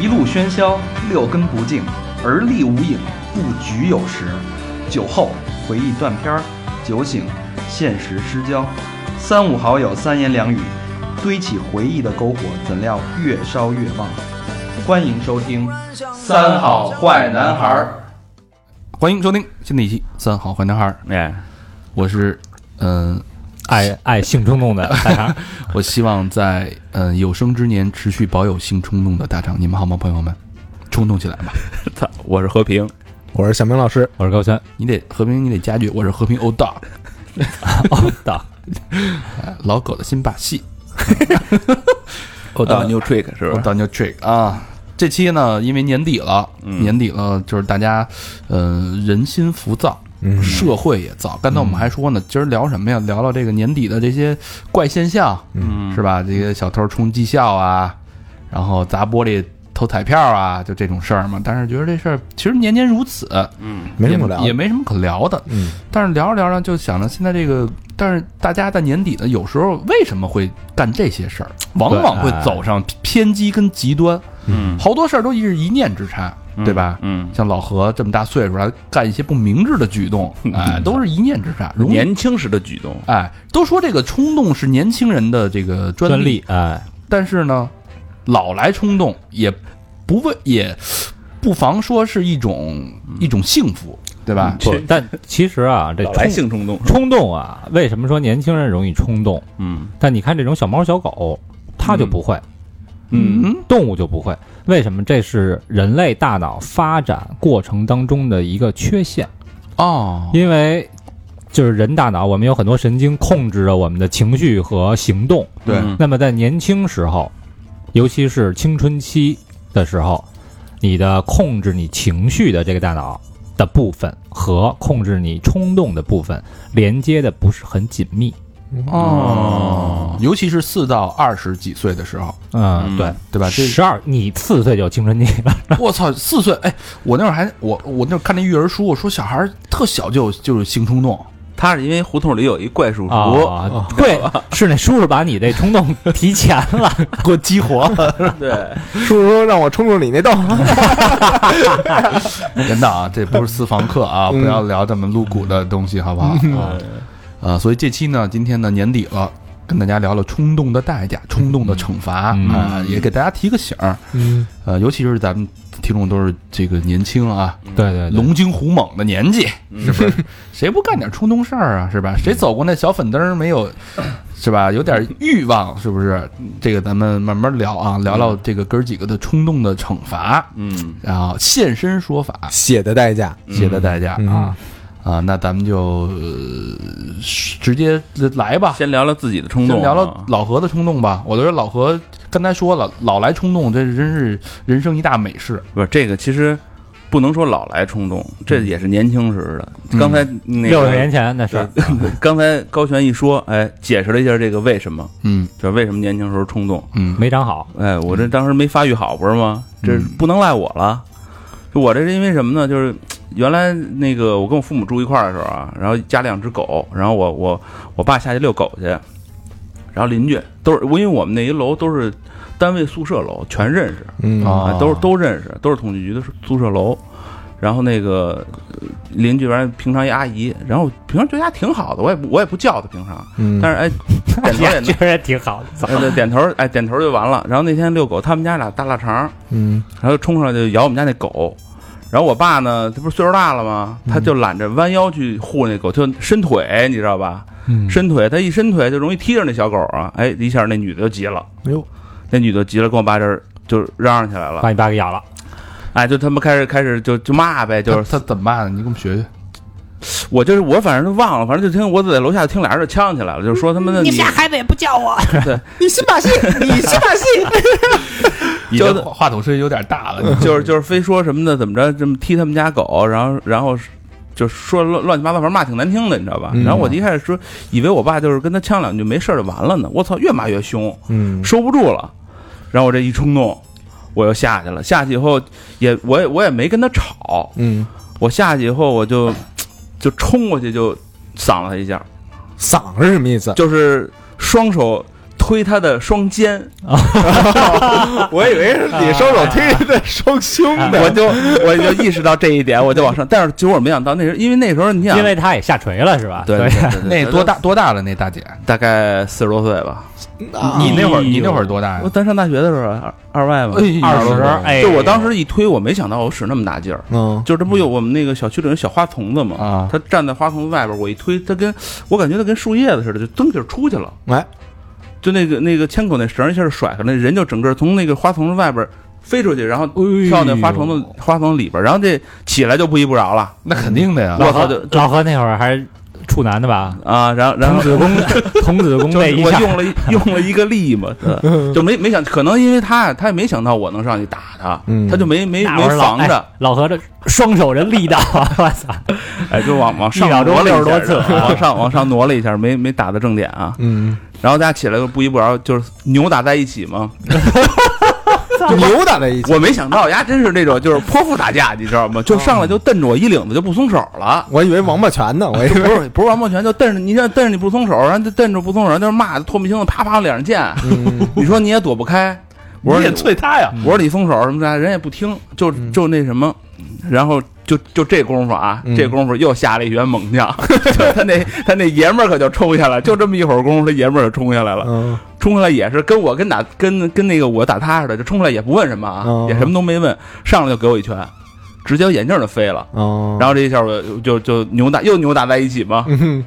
一路喧嚣，六根不净，而立无影，不局有时。酒后回忆断片儿，酒醒现实失焦。三五好友三言两语，堆起回忆的篝火，怎料越烧越旺。欢迎收听《三好坏男孩儿》，欢迎收听新的一期《三好坏男孩》，哎，我是，嗯、爱爱性 冲动的大肠，我希望在嗯、呃有生之年持续保有性冲动的大肠，你们好吗，朋友们？冲动起来吧！操，我是和平，我是小明老师，我是高轩。你得和平，你得加句，我是和平欧大哦，到 老狗的新把戏，我到 New 哦 Trick 是我吧？当牛 trick 啊！这期呢，因为年底了，嗯年底了，就是大家，嗯、人心浮躁，嗯社会也躁。刚才我嗯们还说呢，今儿聊什么呀？聊聊这个年底的这些怪现象，嗯是吧？吧？这个小偷冲绩效啊，然后砸玻璃、偷彩票啊，就这种事儿嘛。但是觉得这事儿其实年年如此，嗯，没什么聊也，也没什么可聊的。嗯，但是聊着聊着就想着现在这个，但是大家在年底呢，有时候为什么会干这些事儿？往往会走上偏激跟极端，哎嗯，好多事儿都是一念之差，对吧？嗯，像老何这么大岁数还干一些不明智的举动，哎，都是一念之差，容易嗯年轻时的举动，哎，都说这个冲动是年轻人的这个专专利，利哎，但是呢，老来冲动也不为也不妨说是一种一种幸福，对吧？不，但其实啊，这老来冲性冲动，冲动啊，为什么说年轻人容易冲动？嗯但你看这种小猫小狗，它就不会，嗯，动物就不会。为什么？这是人类大脑发展过程当中的一个缺陷，哦，因为就是人大脑，我们有很多神经控制着我们的情绪和行动。对，嗯那么在年轻时候，尤其是青春期的时候，你的控制你情绪的这个大脑的部分和控制你冲动的部分连接的不是很紧密。哦，尤其是四到二十几岁的时候，嗯，对，对吧？这十二，你四岁就青春期了，我操，四岁，哎，我那会儿还我我那会儿看那育儿书，我说小孩儿特小就就是性冲动，他是因为胡同里有一怪叔叔，啊， 对，是那叔叔把你这冲动提前了，给我激活，对，叔叔让我冲冲你那洞，真的啊，这不是私房课啊，嗯不要聊这么露骨的东西，好不好？啊啊，所以这期呢，今天呢年底了。跟大家聊聊冲动的代价、冲动的惩罚啊、嗯也给大家提个醒儿。嗯，呃，尤其是咱们听众都是这个年轻啊，对对嗯对，龙精虎猛的年纪，是不是？ 谁不干点冲动事儿啊？是吧？嗯谁走过那小粉灯儿没有？是吧？有点欲望，是不是？这个咱们慢慢聊啊，聊嗯聊这个哥儿几个的冲动的惩罚，嗯然后现身说法，血的代价，血的代价啊嗯啊！那咱们就呃直接来吧，先聊聊自己的冲动先啊，聊聊老何的冲动吧。我觉得老何刚才说了，老来冲动，这真是人生一大美事。不是这个，其实不能说老来冲动，这也是年轻时的。刚才那六十年个，前那是，刚才高璇一说，哎，解释了一下这个为什么，嗯就是为什么年轻时候冲动。嗯，没 长好，哎，我这当时没发育好，不是吗？这不能赖我了。就我这是因为什么呢？就是原来那个我跟我父母住一块儿的时候啊，然后家里养只狗，然后我我我爸下去遛狗去，然后邻居都是我，因为我们那一楼都是单位宿舍楼，全认识。嗯啊啊，都是都认识，都是统计局的宿舍楼。然后那个呃邻居，完平常一阿姨，然后平常对她挺好的，我也不我也不叫她平常，嗯，但是哎，点头也能确实挺好的， 哎对点头哎点头就完了。然后那天遛狗，他们家俩大腊肠，嗯然后冲上来就咬我们家那狗。然后我爸呢，他不是岁数大了吗？他就懒着弯腰去护那狗，就伸腿，你知道吧？嗯伸腿，他一伸腿就容易踢着那小狗啊！哎，一下那女的就急了，哎呦，那女的急了，跟我爸这儿就嚷嚷起来了把。你爸给咬了，哎，就他们开始开始就就骂呗，就他是他怎么办啊呢？你给我们学学。我就是我，反正都忘了，反正就听我在楼下听俩人就呛起来了，就说他妈的你们家孩子也不叫我，你新把戏，你新把戏， 你就这话筒声音有点大了，你嗯就是就是非说什么的怎么着，这么踢他们家狗，然后然后就说乱乱七八糟，反正骂挺难听的，你知道吧？嗯然后我一开始说以为我爸就是跟他呛两句没事儿就完了呢，我操，越骂越凶，嗯，收不住了，然后我这一冲动，我又下去了，下去以后也我也我也没跟他吵，嗯，我下去以后我就就冲过去就搡了他一下。嗓是什么意思？就是双手推他的双肩， 我以为是你双手推的双胸呢。我就我就意识到这一点，我就往上。但是结果没想到那时候，因为那时候你想，因为他也下垂了，是吧？对所以对对对那多大多大了？那大姐，大概四十多岁吧。你那会儿你那会儿多大呀我？咱上大学的时候二二外嘛，二十，哎，就我当时一推，我没想到我使那么大劲儿。嗯，就是这不有我们那个小区里有小花丛子嘛？啊，他站在花丛外边，我一推，他跟我感觉他跟树叶子似的，就蹬就出去了。哎，就那个那个牵狗那绳儿一下就甩开了，那人就整个从那个花丛外边飞出去，然后跳那花丛子、花丛里边，然后这起来就不依不饶了那肯定的呀。我老操何就老何那会儿还是处男的吧？啊！然后然童 后子功，童子功就被 是一我下用了一用了一个力嘛，呃就没没想，可能因为他他也没想到我能上去打他，嗯他就没没那没会儿老防着，哎老何这双手这力道， 我操！哎，就往往上一秒钟挪了一下60多次啊往上往上挪了一下，没没打到正点啊。嗯，然后大家起来就不依不饶，就是扭打在一起 嘛。扭打在一起。我没想到，呀，真是那种就是泼妇打架，你知道吗？就上来就瞪着我一领子就不松手了。我以为王八拳呢，我以就为不是不是王八拳，就瞪着你，像瞪着你不松手，然后就瞪着不松手，然后就是骂，唾沫星子啪啪往脸上溅。嗯你说你也躲不开，我说你也你啐他呀？我说你松手什么的，人也不听，就就那什么，然后就就这功夫啊，嗯这功夫又下了一员猛将， 就他那他那爷们儿可就冲下来，就这么一会儿功夫，他爷们儿就冲下来了，嗯冲下来也是跟我跟打跟跟那个我打他似的，就冲下来也不问什么啊，哦也什么都没问，上来就给我一拳，直接眼镜儿就飞了，哦，然后这一下我就就扭打又扭打在一起嘛，嗯哼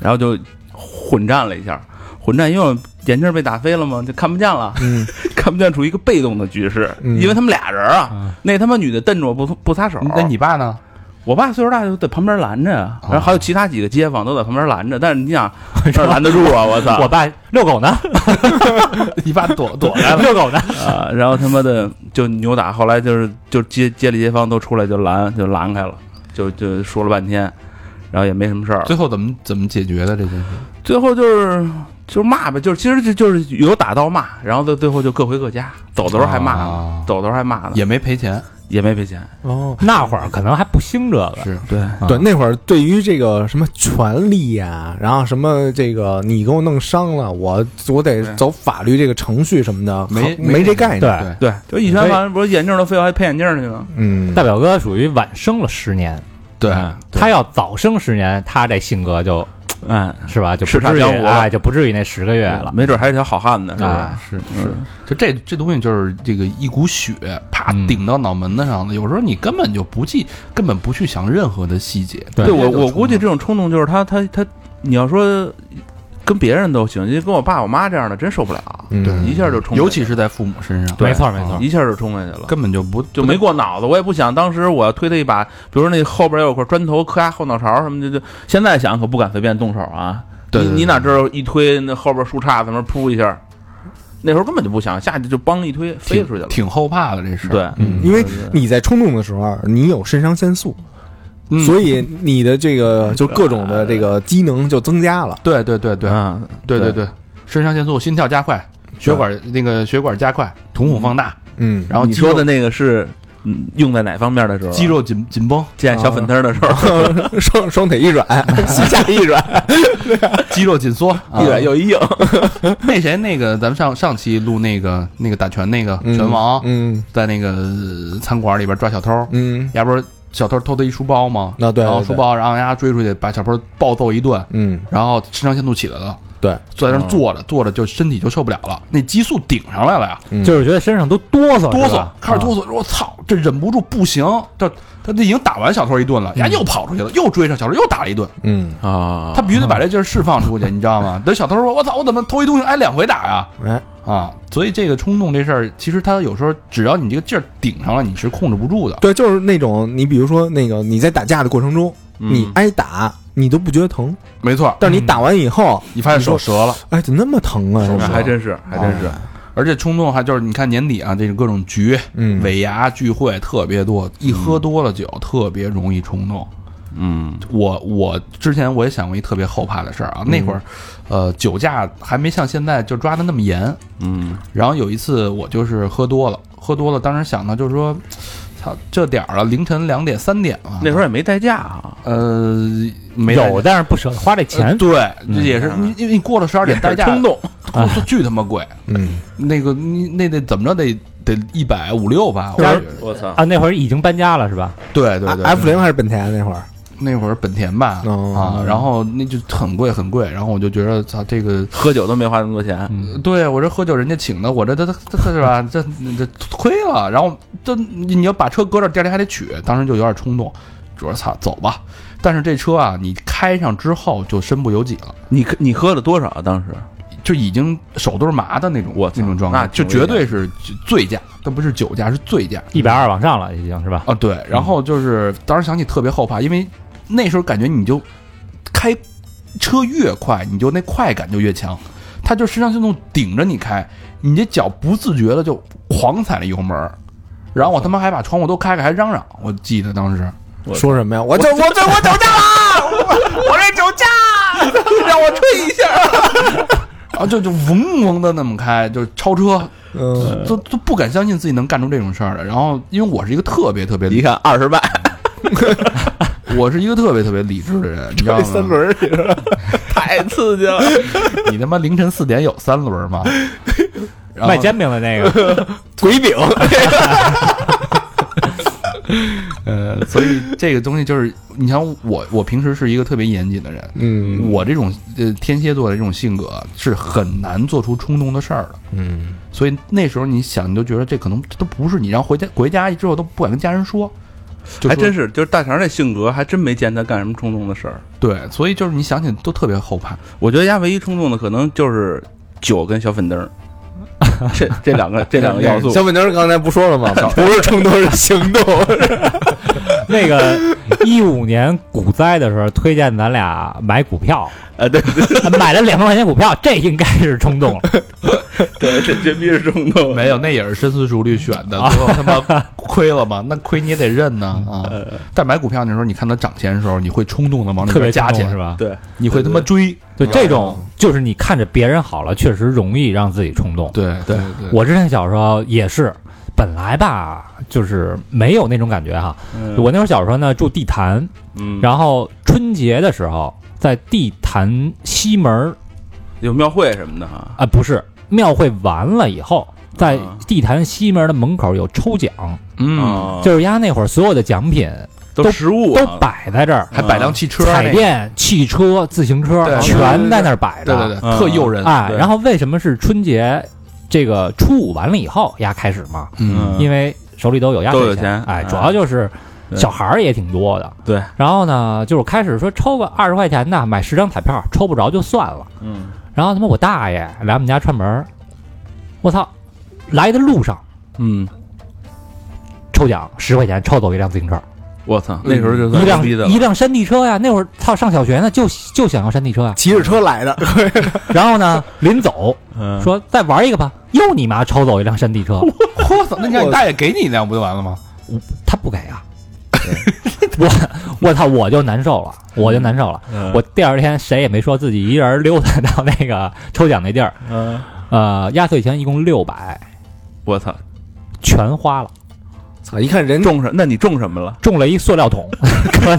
然后就混战了一下，混战因为我眼镜儿被打飞了嘛，就看不见了。嗯 看不见处于一个被动的局势，嗯因为他们俩人啊，那他妈女的瞪着我不不撒手，那你爸呢？我爸岁数大就在旁边拦着，啊然后还有其他几个街坊都在旁边拦着，但是你 想，哪儿拦得住啊？我操！我爸遛狗呢，你爸躲躲来遛狗呢，啊，然后他妈的就扭打，后来就是就街街里街坊都出来就拦就拦开了，就就说了半天，然后也没什么事儿，最后怎么怎么解决的这件事？最后就是。就是骂呗，就是其实就就是有打到骂，然后到最后就各回各家，走的时候还骂呢，啊走的时候还骂呢，也没赔钱，也没赔钱。哦，那会儿可能还不兴这个，是对，对，那会儿对于这个什么权利呀、然后什么这个你给我弄伤了，我我得对走法律这个程序什么的，没没这概念。对，对对，就一拳完，不是眼镜都废了，还配眼镜去了。嗯，大表哥属于晚生了十年，对，嗯他要早生十年，他这性格就哎，嗯是吧，就叱不咤至江于湖哎，就不至于那十个月了。没准还是条好汉呢，是吧啊？是是，就这这东西就是这个一股血啪嗯顶到脑门子上了，有时候你根本就不记，根本不去想任何的细节。对我我估计这种冲动就是他他他，你要说跟别人都行，就跟我爸我妈这样的真受不了，嗯对一下就冲，尤其是在父母身上，对没错没错啊一下就冲下去了。根本就不就没过脑子，我也不想。当时我要推他一把，比如说那后边有块砖头磕他后脑勺什么的，就现在想可不敢随便动手啊。对对对你你哪知道一推那后边树杈子那扑一下，那时候根本就不想，下去就梆一推飞挺出去了。挺后怕的这事。，嗯对，因为你在冲动的时候，你有肾上腺素，嗯所以你的这个就各种的这个机能就增加了。对对对对啊，对对对，肾上腺素、心跳加快，血管那个血管加快，瞳孔放大，嗯，然后你肌肉说的那个是嗯用在哪方面的时候？啊肌肉紧紧绷，见小粉灯的时候， 嗯双双腿一软，膝下一软，肌肉紧缩，一软又又一硬。那谁那个咱们上上期录那个那个打拳那个嗯拳王，嗯在那个呃餐馆里边抓小偷，嗯，要不是小偷偷他一书包吗？那对然后对书对包，然后让他追出去，把小偷暴揍一顿，嗯，然后肾上腺素起来了，对，坐在那儿坐着坐着就身体就受不了了，那激素顶上来了呀，嗯就是觉得身上都哆嗦，哆哦是嗦吧，啊开始哆嗦，我操，这忍不住不行，这他这已经打完小偷一顿了，呀又跑出去了，又追上小偷，又打了一顿，嗯，啊他必须得把这劲儿释放出去，你知道吗？等小偷说，我操，我怎么偷一东西挨两回打呀？哎，啊，所以这个冲动这事儿，其实他有时候只要你这个劲儿顶上了，你是控制不住的。对，就是那种你比如说那个你在打架的过程中，你挨打你都不觉得疼，没错，但是你打完以后，你发现手折了。哎，怎么那么疼啊？还真是，还真是。而且冲动还就是你看年底啊，这种各种局、嗯，尾牙聚会特别多，一喝多了酒特别容易冲动。嗯，我我之前我也想过一特别后怕的事儿啊，那会儿，呃，酒驾还没像现在就抓的那么严。嗯，然后有一次我就是喝多了，喝多了，当时想的就是说，操，这点儿了，凌晨两点三点了，那时候也没代驾啊，呃没带有，但是不舍得花这呃钱。对，这也是因为你过了十二点代驾，冲动，都都 巨他妈贵，嗯，那个你那得怎么着得得一百五六吧？我加觉得我操，啊，那会儿已经搬家了是吧？对对对啊 F 零还是本田那会儿，那会儿本田吧哦啊，然后那就很贵很贵，然后我就觉得操这个。喝酒都没花那么多钱，对我这喝酒人家请的，我这这这这是吧？这这亏了，然后这你要把车搁这儿，第二天还得取，当时就有点冲动，主要操走吧。但是这车啊，你开上之后就身不由己了，你你喝了多少啊？当时就已经手都是麻的那种，我操那种状态那，就挺绝危险对是醉驾，但不是酒驾，是醉驾。一百二往上了已经是吧？啊，对，然后就是当时想起特别后怕，因为那时候感觉你就开车越快，你就那快感就越强，它就肾上腺素顶着你开，你这脚不自觉的就狂踩了油门儿，然后我他妈还把窗户都开开，还嚷嚷，我记得当时，我说什么呀？我这我这我酒驾啦，我这酒驾，让我吹一下， 然啊后就就嗡嗡的那么开，就超车，嗯，都都不敢相信自己能干出这种事儿来。然后因为我是一个特别特别一看二十万，我是一个特别特别理智的人，你知道这三吗？轮儿也是，太刺激了。你他妈凌晨四点有三轮吗？然后卖煎饼的那 个，鬼饼，呃，所以这个东西就是，你像我，我平时是一个特别严谨的人， 嗯我这种呃天蝎座的这种性格是很难做出冲动的事儿的。嗯，所以那时候你想，你就觉得这可能这都不是你，然后回家回家之后都不敢跟家人说，就还说真是，就是大肠这性格，还真没见他干什么冲动的事儿。对，所以就是你想起来都特别后怕。我觉得丫唯一冲动的可能就是酒跟小粉 灯儿，这这两个这两个要素。小粉灯刚才不说了吗？不是冲动是行动，那个一五年股灾的时候推荐咱俩买股 票，啊，对对买了两万块钱股票，这应该是冲动了。对，这绝逼是冲动。没有，那也是深思熟虑选的，最后 他妈亏了嘛，那亏你也得认呢啊！但买股票那时候，你看它涨钱的时候，你会冲动的往里特别边加冲动钱是？吧？对，你会他妈追？对，这种就是你看着别人好了，确实容易让自己冲动。对对对，我之前小时候也是，本来吧就是没有那种感觉哈。嗯我那会儿小时候呢住地坛，嗯，然后春节的时候在地坛西门儿有庙会什么的哈啊、。不是庙会完了以后，在地坛西门的门口有抽奖，嗯，啊，就是丫那会儿所有的奖品都都食物都啊摆在这儿，还摆辆汽车，彩，电、汽车、自行车对全在那儿摆对着。对对，嗯特诱人。哎，对然后为什么是春节这个初五完了以后丫开始嘛？嗯，因为手里都有压都有岁钱哎，嗯主要就是对小孩儿也挺多的。对，然后呢，就是开始说抽个二十块钱的，买十张彩票，抽不着就算了。嗯，然后他妈我大爷来我们家串门儿，我操，来的路上嗯，抽奖十块钱抽走一辆自行车，我操，嗯那时候就一算辆逼的一辆山地车呀，那会儿操上小学呢，就就想要山地车 呀。 骑着车来的，然后呢，临走了，说再玩一个吧，又你妈抽走一辆山地车，我操，那你让你大爷给你一辆不就完了吗？他不给啊。我我操，我就难受了，我就难受了。嗯我第二天谁也没说，自己一人溜达到那个抽奖那地儿，嗯，呃，压岁钱一共六百，我操，全花了，操！一看人中什？那你中什么了？中了一塑 料桶，可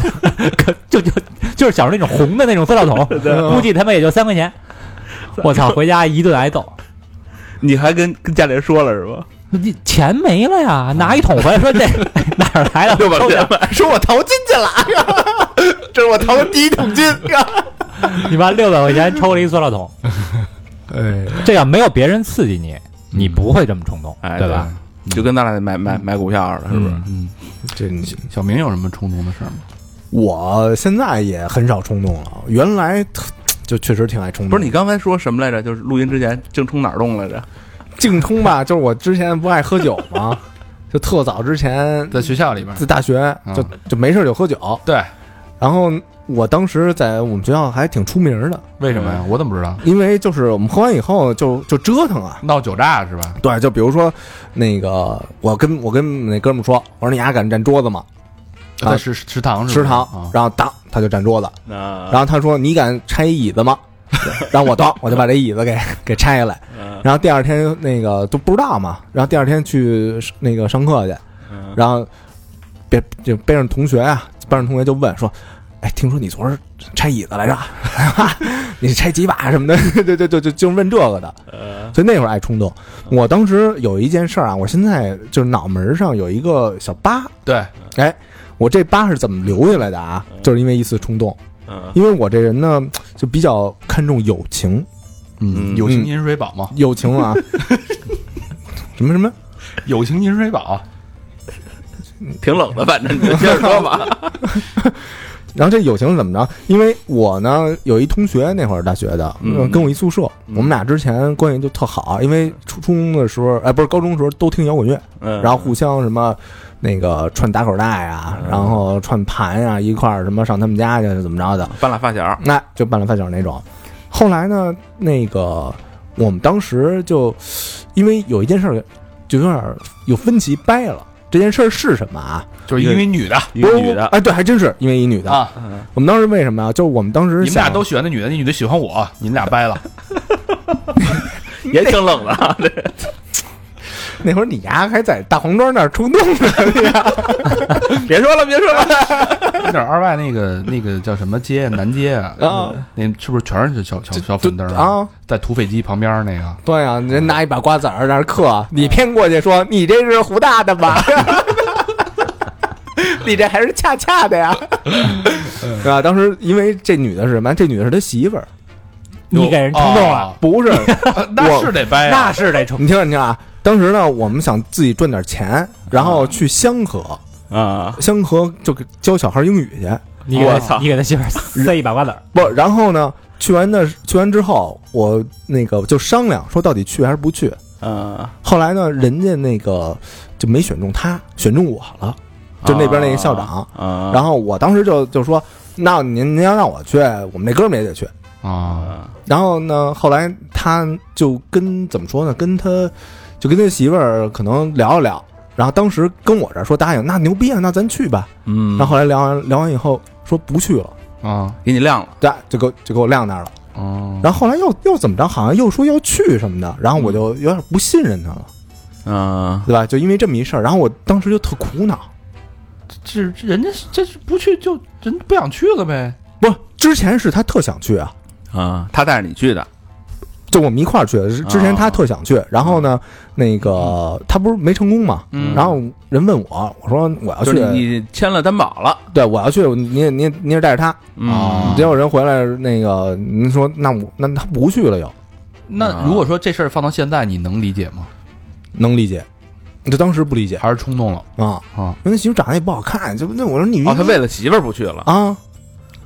可就就就是小时候那种红的那种塑 料桶，估计他们也就三块钱。我操，回家一顿挨揍，你还跟跟家里人说了是 吧？你钱没了呀，嗯拿一桶回来说这 哪儿来的六百块抽钱奖买，说我淘金去了， 这是我淘的第一桶金。你妈六百块钱抽了一塑料桶，哎，这样没有别人刺激你，你不会这么冲动，嗯哎，对吧？？就跟咱俩买买买股票似的，是不是？嗯，这小明有什么冲动的事儿吗？我现在也很少冲动了，原来特就确实挺爱冲动。不是你刚才说什么来着？就是录音之前正冲哪儿动来着？净冲吧？就是我之前不爱喝酒嘛，就特早之前在学校里边，在大学就就没事儿就喝酒，对，然后我当时在我们学校还挺出名的，为什么呀？我怎么不知道？因为就是我们喝完以后就就折腾啊。闹酒炸是吧？对，就比如说那个，我跟我跟那哥们儿说，我说你丫敢占桌子吗？啊在食食堂是吧食堂啊，然后当他就占桌子，啊然后他说你敢拆一椅子吗？ 然后我当我就把这椅子给 给拆下来，嗯然后第二天那个都不知道嘛，然后第二天去那个上课去，嗯然后别就班上同学啊，班上同学就问说，哎，听说你昨儿拆椅子来着？ 你拆几把什么的， 就就就就就问这个的，呃所以那会儿爱冲动。我当时有一件事儿啊，我现在就是脑门上有一个小疤，对，哎，我这疤是怎么留下来的啊？就是因为一次冲动，嗯因为我这人呢就比较看重友情，嗯，友情饮水饱嘛，友 情啊，什么什么友情饮水饱，挺冷的，反正你就接着说吧。然后这友情是怎么着？因为我呢有一同学，那会儿大学的，嗯呃跟我一宿舍，我们俩之前关系就特好，因为初中的时候，哎，不是高中的时候都听摇滚乐， 嗯，然后互相什么那个串打口袋啊，嗯然后串盘啊，一块儿什么上他们家去怎么着的，半拉发小，那就办了发小那种。后来呢，那个我们当时就因为有一件事儿，就有点儿有分歧掰了。这件事儿是什么啊？就是因为女的一个女的，哎，对，还真是因为一女的。啊，嗯我们当时为什么呀、啊就是我们当时你们俩想都喜欢那女的，那女的喜欢我，你们俩掰 了，也挺冷 的。啊那会儿你呀还在大黄庄那儿冲动呢， 别说了，别说了。那点二外那个那个叫什么街，南街啊，啊那是不是全是小小小粉灯就啊？在土匪机旁边那 个，对啊，人拿一把瓜子儿在那儿嗑，你偏过去说你这是胡大的吧？ 你这还是恰恰的呀，对吧？当时因为这女的是什么？这女的是他媳妇儿，你给人冲动了，哦，不是？啊那是得哎掰那啊，是得冲。 你听着，你听着啊！当时呢，我们想自己赚点钱，然后去香河，啊，香河就给教小孩英语去。你给我操他，你给他媳妇儿塞一把瓜子儿，不，然后呢，去完那去完之后，我那个就商量说到底去还是不去。嗯，后来呢，人家那个就没选中他，选中我了，就那边那个校长。啊，然后我当时就就说，那您您要让我去，我们那哥们儿也得去。啊，啊然后呢，后来他就跟怎么说呢，跟他就跟他媳妇儿可能聊一聊。然后当时跟我这儿说答应，那牛逼啊，那咱去吧。嗯，然后后来聊完聊完以后说不去了，啊，给你晾了，对，就给我就给我晾那儿了。哦，然后后来又又怎么着，好像又说要去什么的，然后我就有点不信任他了，嗯，对吧？就因为这么一事儿，然后我当时就特苦恼，这这人家这是不去就人不想去了呗，不是，之前是他特想去啊，啊，他带着你去的，就我们一块儿去的。之之前他特想去，嗯然后呢，那个他不是没成功嘛，嗯然后人问我，我说我要就去，是你你签了担保了，嗯对我要去，你也你也你也带着他。哦啊结果人回来，那个您说那我那他不去了又，那如果说这事儿放到现在，你能理解吗？能理解，就当时不理解还是冲动了啊，啊？因为那媳妇长得也不好看，就那我说你哦，他为了媳妇儿不去了，啊，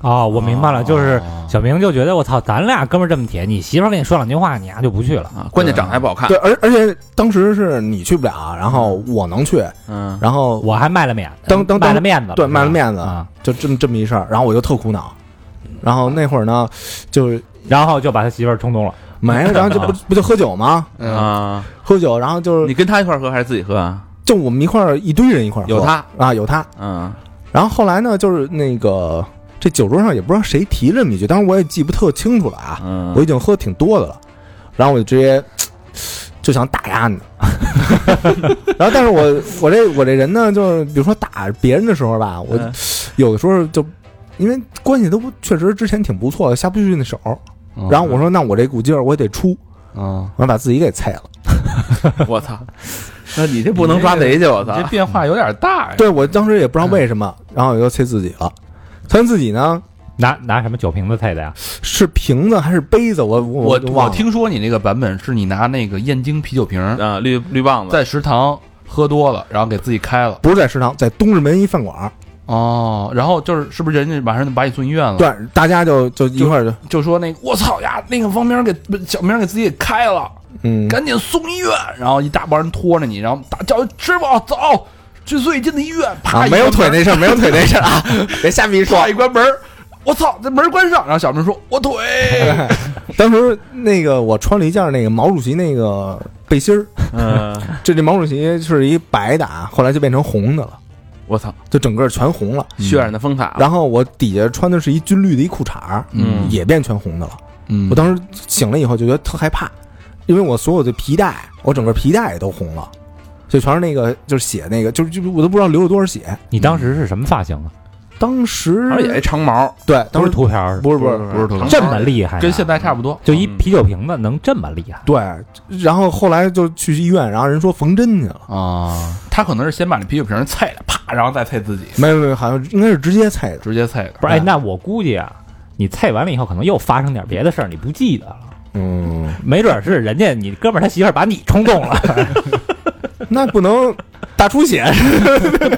哦，我明白了，就是哦小明就觉得我操，咱俩哥们儿这么铁，你媳妇儿跟你说两句话，你丫就不去了。啊，关键长得还不好看对，，而而且当时是你去不了，啊然后我能去，嗯，然后我还卖了面，当当当卖了面子了，对是吧卖了面子啊，就这么这么一事儿，然后我就特苦恼，然后那会儿呢，就是然后就把他媳妇儿冲动了。没，然后就 不不就喝酒吗？嗯，啊，喝酒，然后就是你跟他一块儿喝还是自己喝啊？就我们一块儿一堆人一块儿喝有他啊，有他，嗯，然后后来呢，就是那个这酒桌上也不知道谁提这么一句，当然我也记不特清楚了啊，嗯我已经喝挺多的了，然后我就直接就想打压你， 然后但是我我这我这人呢，就是比如说打别人的时候吧，我嗯有的时候就因为关系都不确实之前挺不错的，下不去那手，嗯然后我说那我这股劲儿我也得出，啊，我把自己给菜了，我操，那 你这不能抓贼去，我你操这，变化有点大呀。对我当时也不知道为什么，然后我就菜自己了，菜完自己呢拿拿什么酒瓶子菜的呀？是瓶子还是杯子，我我我我我忘了。听说你那个版本是你拿那个燕京啤酒瓶儿啊，绿绿棒子，在食堂喝多了，然后给自己开了不是在食堂，在东直门一饭馆儿。哦，然后就是是不是人家马上就把你送医院了？，对，大家就就一块儿就嗯就说那个我操呀，那个王明儿给不是小明儿给自己给开了，嗯，赶紧送医院，然后一大帮人拖着你，然后大叫师傅走去最近的医院，啪、啊，没有腿那事儿，没有腿那事儿 啊，别瞎逼说啪。一关门儿，我操，这门儿关上，然后小明说我 腿，当时那个我穿了一件那个毛主席那个背心儿，嗯， 这这毛主席是一白的啊，后来就变成红的了，我操，就整个全红了。血染的风采了，然后我底下穿的是一军绿的一裤衩儿，嗯也变全红的了。嗯我当时醒了以后就觉得特害怕，因为我所有的皮带，我整个皮带也都红了，就全是那个就是血那个，就是就我都不知道流了多少血。你当时是什么发型啊？当时而且也长毛，对，当都是时秃瓢儿，不是嗯不是不是秃这么厉害啊，跟现在差不多。就一嗯啤酒瓶子能这么厉害？对，然后后来就去医院，然后人说缝针去了，啊，他可能是先把那啤酒瓶儿啐了，啪，然后再啐自己，没有没有，好像应该是直接菜的，直接啐的。不是，嗯哎，那我估计啊，你菜完了以后，可能又发生点别的事儿，你不记得了。嗯，没准儿是人家你哥们儿他媳妇儿把你冲动 了，那不能大出血，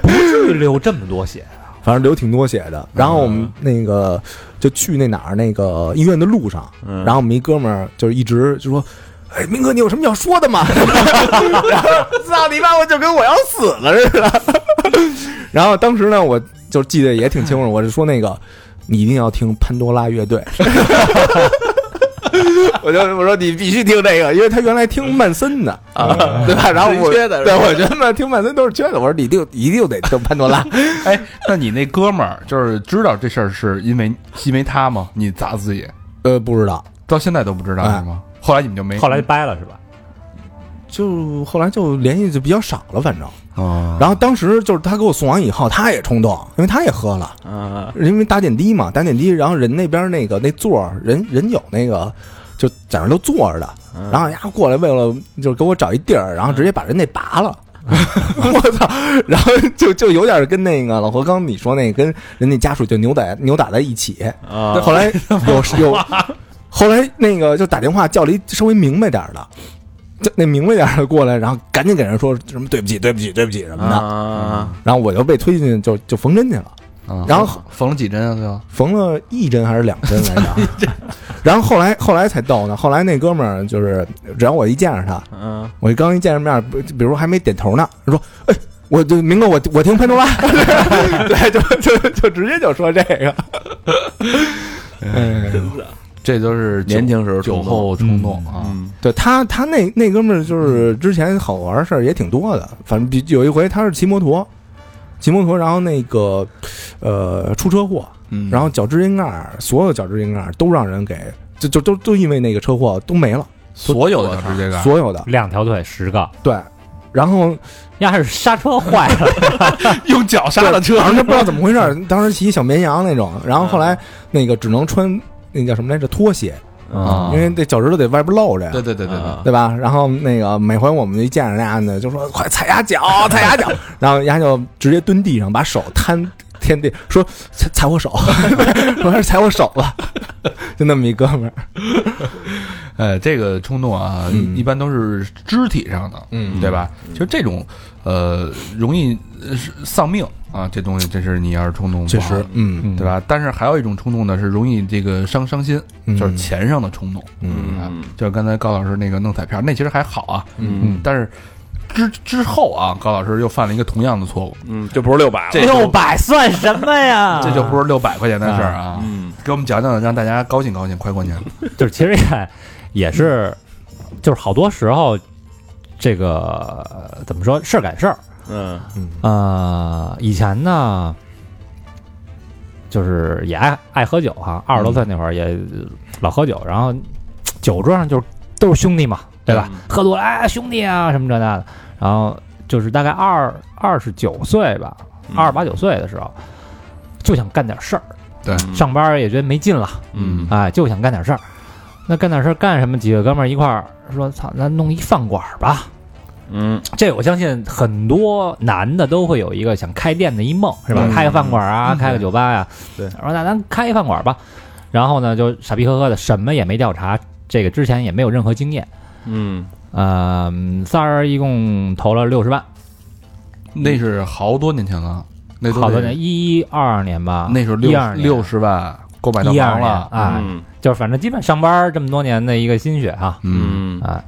不至于流这么多血。反正流挺多血的。然后我嗯们那个就去那哪儿那个医院的路上，嗯然后我们一哥们儿就是一直就说。哎，明哥，你有什么要说的吗？ 然后操你妈，我就跟我要死了似的。 然后当时呢，我就记得也挺清楚，我是说那个，你一定要听潘多拉乐队。 我就我说你必须听这个，因为他原来听曼森的啊，对吧？然后我缺的是对，我觉得嘛听曼森都是缺的。我说你一定一定得听潘多拉， 哎，那你那哥们儿就是知道这事儿是因为因为他吗？你砸自己，呃，不知道，到现在都不知道啊是吗？后来你们就没后来掰了是吧？就后来就联系就比较少了，反正。啊，然后当时就是他给我送完以后，他也冲动，因为他也喝了，啊，因为打点滴嘛，打点滴，然后人那边那个那座儿人人有那个。就在那儿都坐着的，然后丫过来为了就是给我找一地儿，然后直接把人那拔了， 我操！然后就就有点跟那个老何刚你说那跟人家家属就扭打扭打在一起，啊后来 有有，后来那个就打电话叫了一稍微明白点儿的，这那明白点儿的过来，然后赶紧给人说什么对不起对不起对不起什么的，啊，然后我就被推进去就就缝针去了，啊然后缝了几针啊？最后缝了一针还是两针来着，然后后来后来才逗呢，后来那哥们儿就是只要我一见着他，嗯，我刚一见着面，不比如还没点头呢，他说：“哎，我就明哥，我我听潘多拉。” 对，就就就直接就说这个。 嗯，这就是酒年轻时候酒冲动后冲动啊。嗯对他他那那哥们儿就是嗯之前好玩儿事儿也挺多的，反正比有一回他是骑摩托，骑摩托然后那个呃出车祸，嗯然后脚趾阴盖儿所有脚趾阴盖儿都让人给就就都都因为那个车祸都没了，所有的直接干，所有的啊两条腿十个，对，然后要是刹车坏了， 用脚刹了车。当时不知道怎 么回事儿，当时骑小绵羊那种，然后后来那个只能穿那叫什么来着拖鞋，啊因为这脚趾头得外边露着呀对，对对对对啊，对吧？然后那个每回我们一见着那样的，就说快踩牙脚，踩牙脚， 然后丫就直接蹲地上，把手摊天地，说踩踩我手， 我说踩我手吧， 就那么一哥们儿，哎，这个冲动啊，嗯一般都是肢体上的，嗯对吧？就这种，呃，容易呃是丧命啊，这东西，这是你要是冲动不确好实，嗯，对吧？但是还有一种冲动呢，是容易这个伤伤心，嗯就是钱上的冲动。嗯啊，就是刚才高老师那个弄彩票，那其实还好啊。嗯但是之之后啊，高老师又犯了一个同样的错误，嗯，就不是六百了，六百算什么呀？ 这就不是六百块钱的事儿啊。嗯给我们讲讲，让大家高兴高兴，快过年了。 就是其实也也是，就是好多时候这个呃怎么说事儿赶事儿。嗯呃，以前呢，就是也爱爱喝酒哈、二十多岁那会儿也老喝酒，然后酒桌上就是都是兄弟嘛，对吧？嗯喝多了哎兄弟啊什么这那的，然后就是大概二二十九岁吧，嗯二十八九岁的时候，就想干点事儿，对，嗯上班也觉得没劲了，嗯哎，就想干点事儿。那干点事儿干什么？几个哥们儿一块儿说：“操，咱弄一饭馆儿吧。”嗯这我相信很多男的都会有一个想开店的一梦，是吧？嗯开个饭馆啊，开个酒吧呀、对说那咱开一饭馆吧。然后呢，就傻逼呵呵的，什么也没调查，这个之前也没有任何经验。嗯呃，仨人一共投了六十万，那是好多年前了，那都嗯好多得年，一二年吧，那时候一六二年六十万够买套一二房年了。啊，嗯就是反正基本上班这么多年的一个心血哈嗯，嗯，啊。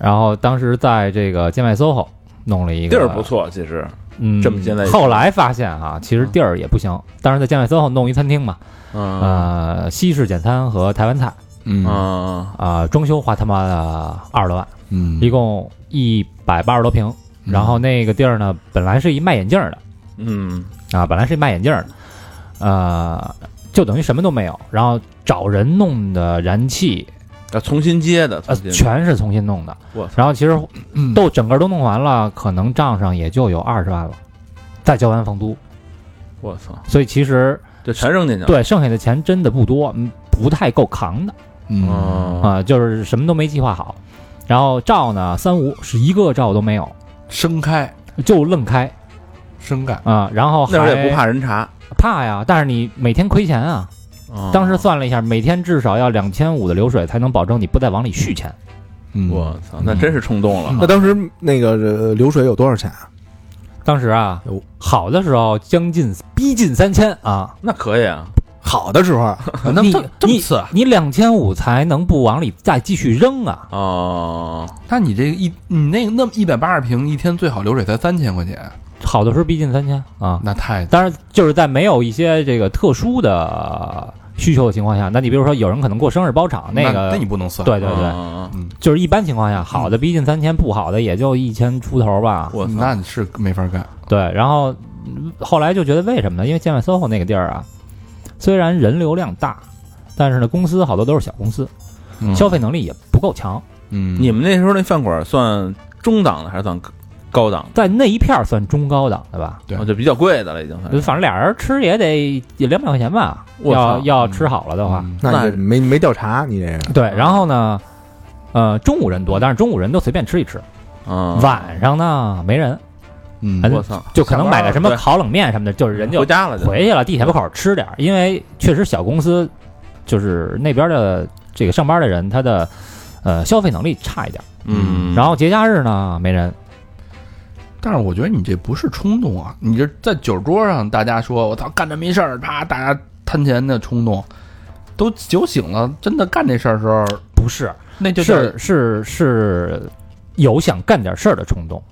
然后当时在这个建外 SOHO 弄了地一个儿不错，其实嗯，这么现在也后来发现啊，其实地儿也不行，当时在建外 SOHO 弄一餐厅嘛，嗯呃，西式简餐和台湾菜嗯啊啊、装修花他妈的二十多万，嗯一共一百八十多平。嗯然后那个地儿呢，本来是一卖眼镜儿的嗯啊，本来是一卖眼镜儿的，呃，就等于什么都没有，然后找人弄的燃气，要重新接的，重呃，新全是重新弄的我。操然后 其实都整个都弄完了，可能账上也就有二十万了，再交完房租，我操，所以其实这全扔进去了。对剩下的钱真的不多，嗯不太够扛的嗯，哦啊，啊、就是什么都没计划好。然后照呢，三无是一个照都没有，生开就愣开生干，啊、然后那会儿也不还怕人查，怕呀，但是你每天亏钱啊。啊当哦时算了一下，每天至少要两千五的流水才能保证你不再往里续钱。嗯，我操，那真是冲动了。那当时那个呃流水有多少钱啊？当时啊有，好的时候将近逼近三千啊，那可以啊，好的时候，啊那你么这么次啊，你两千五才能不往里再继续扔啊。哦，那你这个一你那个那么一百八十平一天最好流水才三千块钱，好的时候逼近三千啊，那太当然就是在没有一些这个特殊的需求的情况下，那你比如说有人可能过生日包场，那个那你嗯不能算，嗯对对对，哦啊就是一般情况下，好的逼近三千，不好的也就一千出头吧。我操，那你是没法干，对，然后嗯后来就觉得为什么呢？因为建外 SOHO 那个地儿啊，虽然人流量大，但是呢，公司好多都是小公司，嗯消费能力也不够强，嗯你们那时候那饭馆算中档的还是算高档在那一片儿算中高档的吧。对的？哦就比较贵的了，已经算是。反正俩人吃也得也两百块钱吧，我要操要吃好了的话。嗯那那你没没调查你这个对，然后呢，呃，中午人多，但是中午人都随便吃一吃，啊，晚上呢没人，嗯哎我操，就可能买个什么对烤冷面什么的，就是人就回家了就，回去了，地铁门口吃点儿，因为确实小公司就是那边的这个上班的人，他的呃消费能力差一点儿。嗯，然后节假日呢没人，但是我觉得你这不是冲动啊，你这在酒桌上大家说我操干这么一事儿，啪，大家贪钱的冲动，都酒醒了，真的干这事儿的时候，不是，那就是是是有想干点事儿的冲动。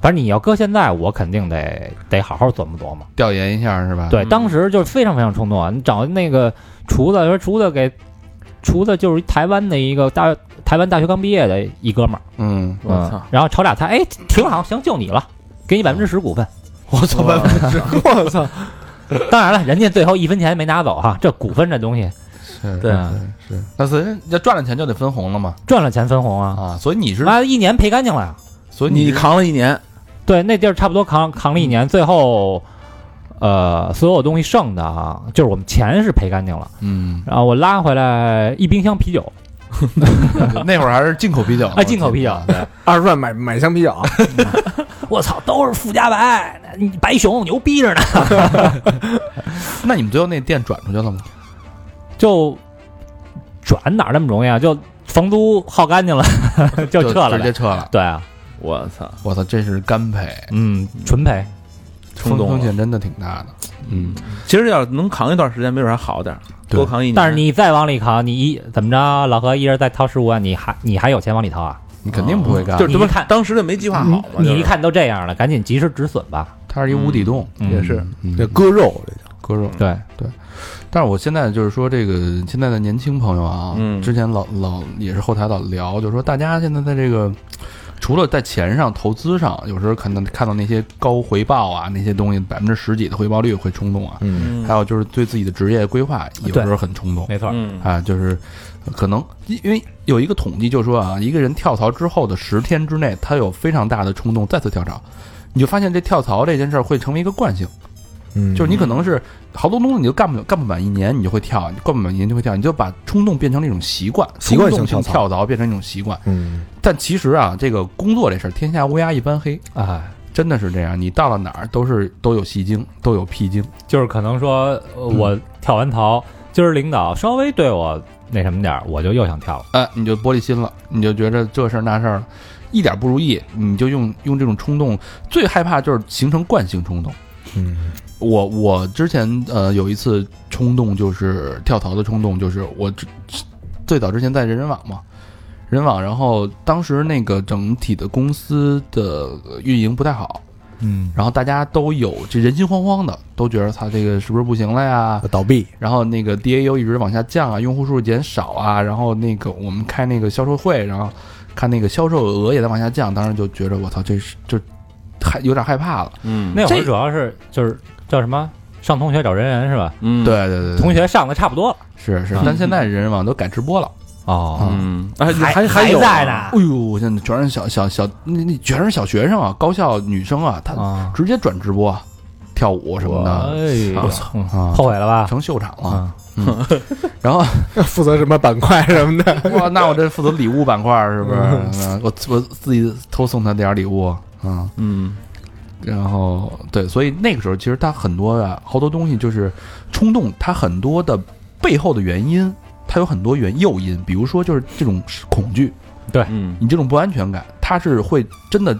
反正你要搁现在，我肯定得得好好琢磨琢磨。调研一下是吧？，对，嗯当时就是非常非常冲动啊！你找那个厨子，说厨子给厨子就是台湾的一个大台湾大学刚毕业的一哥们儿，嗯，我嗯操，，然后炒俩菜，哎，挺好，行，就你了，给你百分之十股份。我操，百分之我操！当然了，人家最后一分钱没拿走哈，这股份这东西是对嗯是是，那所以要赚了钱就得分红了嘛赚了钱分红啊，啊，所以你是，妈的一年赔干净了呀。所以你是扛了一年，对，那地儿差不多扛扛了一年，最后。呃，所有东西剩的啊，就是我们钱是赔干净了，嗯，然后我拉回来一冰箱啤酒，那会儿还是进口啤 酒呢，哎，进口啤酒我，记得对，二十万买买箱啤酒，我操，都是富家白，你白熊牛逼着呢。那你们最后那店转出去了吗？ 就转哪儿那么容易啊？就房租耗干净了， 就撤了直接呗。撤了。对啊，我操，我操，这是干赔，嗯，纯赔。冲动风了。险真的挺大的。嗯，其实要是能扛一段时间，没准还好点儿，对多扛一年。但是你再往里扛，你一怎么着，老何一人再掏十五万，你还你还有钱往里掏啊？你肯定不会干，哦就是他你妈一看当时就没计划好嘛。就你是一看都这样了，赶紧及时止损吧。它是一无底洞，嗯也是，嗯这割肉这叫割肉。对，但是我现在就是说，这个现在的年轻朋友啊，嗯之前老老也是后台老聊，就是说大家现在在这个除了在钱上投资上，有时候看到看到那些高回报啊，那些东西百分之十几的回报率会冲动啊，嗯嗯，还有就是对自己的职业规划有时候很冲动。没错。嗯啊，就是可能因因为有一个统计，就说啊，一个人跳槽之后的十天之内，他有非常大的冲动再次跳槽，你就发现这跳槽这件事儿会成为一个惯性，嗯就是你可能是好多东西你就干不了，干不满一年你就会跳，你干不满一年就会跳，你就把冲动变成了一种习惯，习惯冲动性性跳跳槽槽变成一种习惯。嗯，但其实啊，这个工作这事儿，天下乌鸦一般黑，哎，真的是这样，你到了哪儿都是都有戏精，都有屁精。就是可能说，呃我跳完槽，今儿领导稍微对我那什么点儿，我就又想跳了。哎，你就玻璃心了，你就觉着这事儿那事儿，一点不如意，你就用用这种冲动，最害怕就是形成惯性冲动。嗯，我我之前呃有一次冲动就是跳槽的冲动，就是我之最早之前在人人网嘛，人人网，然后当时那个整体的公司的运营不太好，嗯，然后大家都有这人心惶惶的，都觉得他这个是不是不行了呀？嗯倒闭，然后那个 DAU 一直往下降啊，用户数减少啊，然后那个我们开那个销售会，然后看那个销售额也在往下降，当时就觉得我操，这是就害有点害怕了。嗯，那会儿这主要是就是叫什么上同学找人人是吧？嗯对对对对，同学上的差不多了。是是嗯，但现在人人网都改直播了。啊哦嗯，还还还有啊在呢哎呦，现在全是小小小，那那全是小学生啊，高校女生啊，她啊！直接转直播，跳舞什么的，哎呦我操啊，后悔了吧？成秀场了。嗯啊，然后 负责什么板块什么的，哇，那我这负责礼物板块是不是？嗯我我自己偷送他点儿礼物，嗯，嗯，然后对，所以那个时候其实他很多啊，好多东西就是冲动，它很多的背后的原因，它有很多原诱因，比如说就是这种恐惧，嗯，你这种不安全感，它是会真的，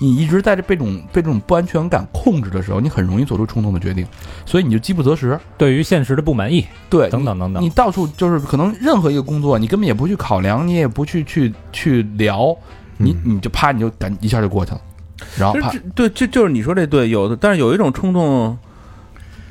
你一直在这被这种被这种不安全感控制的时候，你很容易做出冲动的决定，所以你就饥不择食，对于现实的不满意哎对，等等等你等，到处就是可能任何一个工作，你根本也不去考量，你也不去去去聊，你你就啪你就赶一下就过去了，然后嗯其啪实这对，这就是你说这对有的，但是有一种冲动，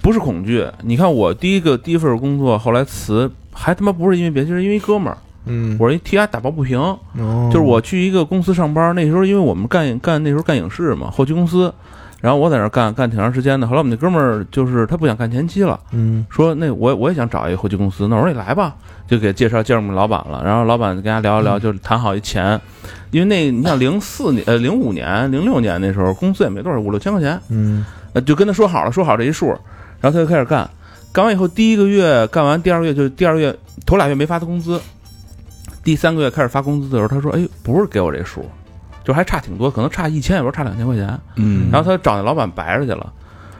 不是恐惧。你看我第一个第一份工作，后来辞，还他妈不是因为别的，就是因为一哥们儿，嗯，我是一替他打抱不平，哦就是我去一个公司上班，那时候因为我们干干那时候干影视嘛，后期公司，然后我在那儿干干挺长时间的。后来我们那哥们儿就是他不想干前期了，嗯说那我我也想找一个后期公司，那我说你来吧，就给介绍介绍我们老板了。然后老板跟大家聊一聊，就谈好一钱，因为那你想零四年呃零五年零六年那时候工资也没多少，五六千块钱，嗯呃就跟他说好了，说好这一数，然后他就开始干。干完以后，第一个月干完，第二个月就第二个月头俩月没发他工资，第三个月开始发工资的时候，他说：“哎，不是给我这数，就还差挺多，可能差一千，也不是差两千块钱。”嗯然后他找那老板白着去了，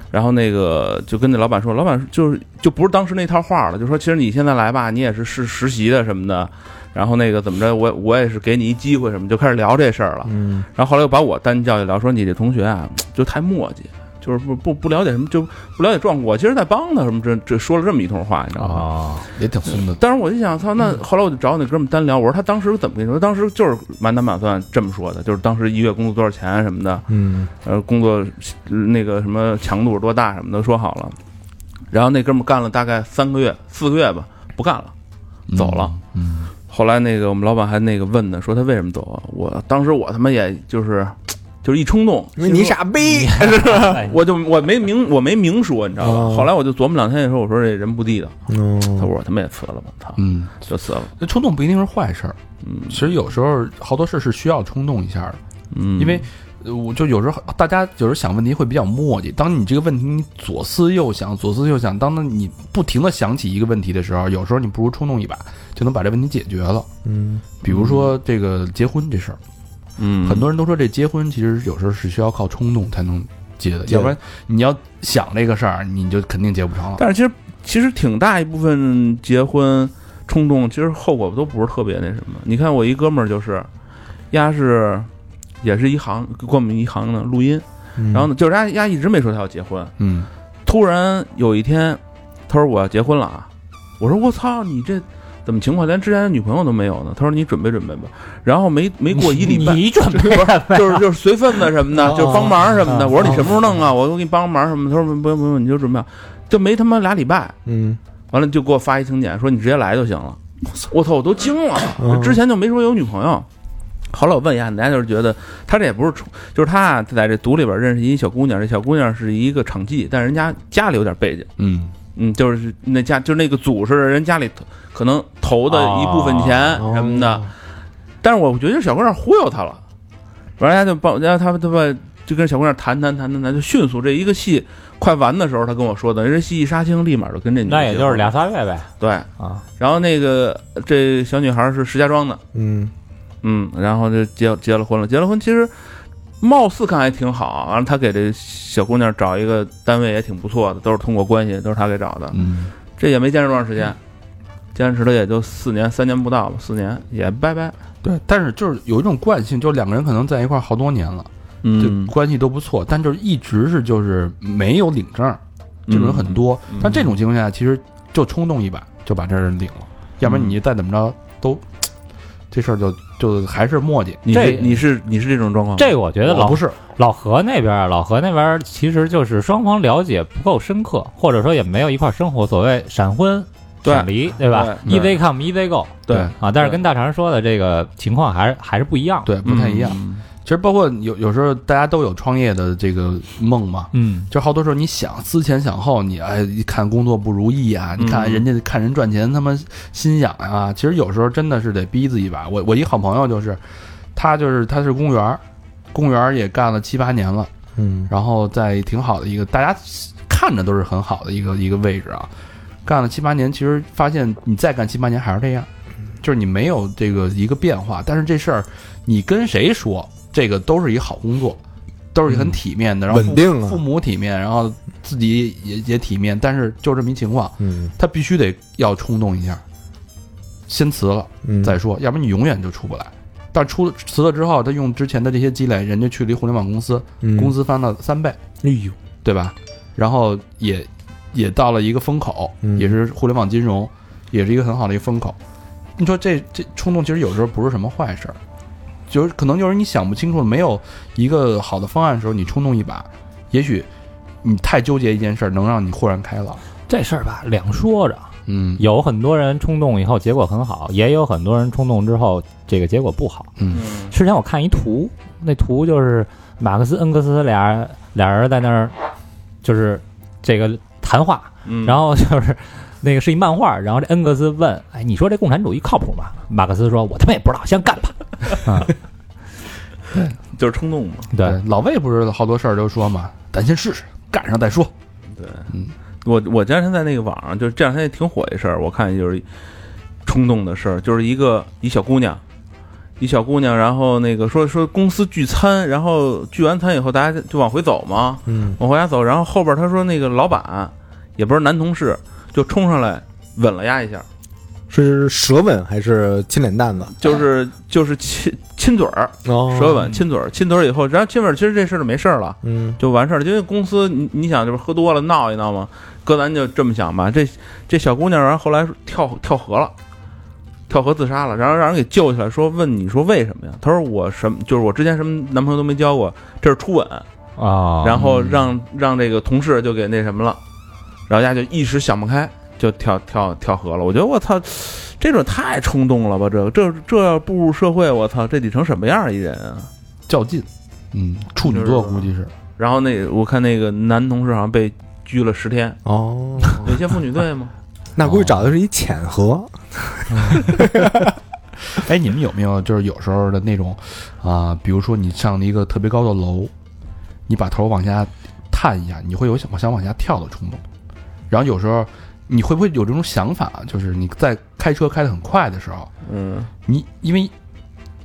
然后那个就跟那老板说，老板就是就不是当时那套话了，就说其实你现在来吧，你也是是实习的什么的，然后那个怎么着，我我也是给你一机会什么，就开始聊这事儿了。嗯然后后来又把我单叫去聊，说你这同学啊，就太磨叽，就是不不不了解什么，就不了解状况。我其实在帮他什么这这说了这么一通话，你知道吗？哦，也挺孙子，当时我就想，操，那后来我就找我那哥们单聊，我说他当时怎么跟你说？当时就是满打满算这么说的，就是当时一月工资多少钱什么的，嗯呃，工作呃那个什么强度是多大什么的说好了，然后那哥们儿干了大概三个月、四个月吧，不干了。走了，嗯，后来那个我们老板还那个问呢，说他为什么走啊？我当时我他妈也就是就是一冲动，因为你傻逼， 我就我没明我没明说，你知道吧？哦后来我就琢磨两天，说我说这人不地道，他说嗯我他妈也辞了吧，操，嗯，就辞了，那冲动不一定是坏事儿，嗯其实有时候好多事儿是需要冲动一下的，嗯，因为呃我就有时候大家有时候想问题会比较磨叽，当你这个问题你左思右想，左思右想，当你不停的想起一个问题的时候，有时候你不如冲动一把就能把这问题解决了。嗯比如说这个结婚这事儿，嗯很多人都说这结婚其实有时候是需要靠冲动才能结的，对要不然你要想这个事儿，你就肯定结不成了。但是其实其实挺大一部分结婚冲动，其实后果都不是特别那什么。你看我一哥们儿就是，丫是也是一行跟我们一行的录音，嗯然后呢，就是丫丫一直没说他要结婚，嗯，突然有一天，他说我要结婚了啊，我说我操你这。怎么情况？连之前的女朋友都没有呢。他说：“你准备准备吧。”然后没没过一礼拜，你 准备了没就是就是随份子什么的， 哦就帮忙什么的。哦我说：“你什么时候弄啊？我我给你帮忙什么的。”他说：“不用不用，你就准备好。”就没他妈俩礼拜，嗯完了就给我发一请柬，说你直接来就行了。我操，我都惊了嗯，之前就没说有女朋友。后来我问一下，人家就是觉得他这也不是冲，就是他啊在这组里边认识一小姑娘，这小姑娘是一个场记，但是人家家里有点背景，嗯，嗯，就是那家就是那个组是人家里投可能投的一部分钱什么的，哦但是我觉得这小姑娘忽悠他了，完了人家就帮，人家他他把就跟小姑娘谈谈谈谈谈，就迅速这一个戏快完的时候，他跟我说的，人这戏一杀青，立马就跟这女的那也结就婚了是俩仨月呗对，啊，然后那个这小女孩是石家庄的，嗯嗯，然后就结结了婚了。结了婚其实貌似看还挺好，完了他给这小姑娘找一个单位也挺不错的，都是通过关系，都是他给找的。嗯，这也没坚持多长时间，坚持了也就四年，三年不到吧，四年也拜拜。对。但是就是有一种惯性，就是两个人可能在一块儿好多年了，就嗯，关系都不错，但就是一直是就是没有领证儿，这种人很多。嗯但这种情况下，其实就冲动一把就把这人领了，要嗯不然你再怎么着都这事儿就就还是磨叽。你这是嗯你是你是这种状况吗？这个我觉得我老不是，老何那边儿，啊老何那边儿其实就是双方了解不够深刻，或者说也没有一块儿生活，所谓闪婚、对闪离，对吧对对？Easy come, easy go 对啊，但是跟大肠说的这个情况还是还是不一样。，对，不太一嗯样。其实包括有有时候大家都有创业的这个梦嘛，嗯，就好多时候你想思前想后，你哎一看工作不如意啊，你看嗯人家看人赚钱他妈心痒啊，其实有时候真的是得逼自己一把。我我一好朋友就是，他就是他是公务员儿，公务员儿也干了七八年了，嗯，然后在挺好的一个，大家看着都是很好的一个一个位置啊。干了七八年，其实发现你再干七八年还是这样，就是你没有这个一个变化。但是这事儿你跟谁说，这个都是一好工作，都是一很体面的，然后父稳定啊父母体面，然后自己也也体面。但是就这么一情况，嗯他必须得要冲动一下，先辞了。嗯，再说，要不然你永远就出不来。但出了辞了之后，他用之前的这些积累，人家去了一互联网公司，公司，司翻了三倍，嗯哎呦，对吧？然后也也到了一个风口，嗯也是互联网金融，也是一个很好的一个风口。你说这这冲动其实有时候不是什么坏事儿，就是可能就是你想不清楚，没有一个好的方案的时候，你冲动一把，也许你太纠结一件事儿，能让你豁然开朗。这事儿吧，两说着，啊嗯有很多人冲动以后结果很好，也有很多人冲动之后这个结果不好。嗯之前我看一图，那图就是马克思恩格斯俩俩人在那儿就是这个谈话，嗯然后就是那个是一漫画，然后这恩格斯问：“哎，你说这共产主义靠谱吗？”马克思说：“我他妈也不知道，先干吧。就是冲动嘛。”对，，老魏不是好多事儿都说嘛，咱先试试，干上再说。我我前两天在那个网上，就是这两天也挺火一事儿，我看就是冲动的事儿，就是一个一小姑娘，一小姑娘，然后那个说说公司聚餐，然后聚完餐以后大家就往回走嘛，嗯往回家走，然后后边她说那个老板也不是男同事，就冲上来吻了丫一下，是舌吻还是亲脸蛋子？就是就是亲亲嘴儿，哦舌，吻亲嘴儿，亲嘴儿以后，然后亲嘴儿其实这事儿就没事儿了。嗯就完事儿了。因为公司你你想就是喝多了闹一闹嘛，哥咱就这么想吧，这这小姑娘，然后后来跳跳河了。跳河自杀了，然后让人给救起来，说问你说为什么呀？她说我什么就是我之前什么男朋友都没交过，这是初吻，啊，然后让让这个同事就给那什么了，然后人家就一时想不开，就跳跳跳河了。我觉得我操，这种太冲动了吧？这这这要步入社会，我操，这得成什么样儿一人啊？较劲，嗯，处女座估计是，然后那我看那个男同事好像被拘了十天， 哦，猥亵妇女罪吗？那估计找的是一浅河，哎，你们有没有就是有时候的那种啊、比如说你上了一个特别高的楼，你把头往下探一下，你会有想想往下跳的冲动，然后有时候你会不会有这种想法，就是你在开车开得很快的时候， 嗯，你因为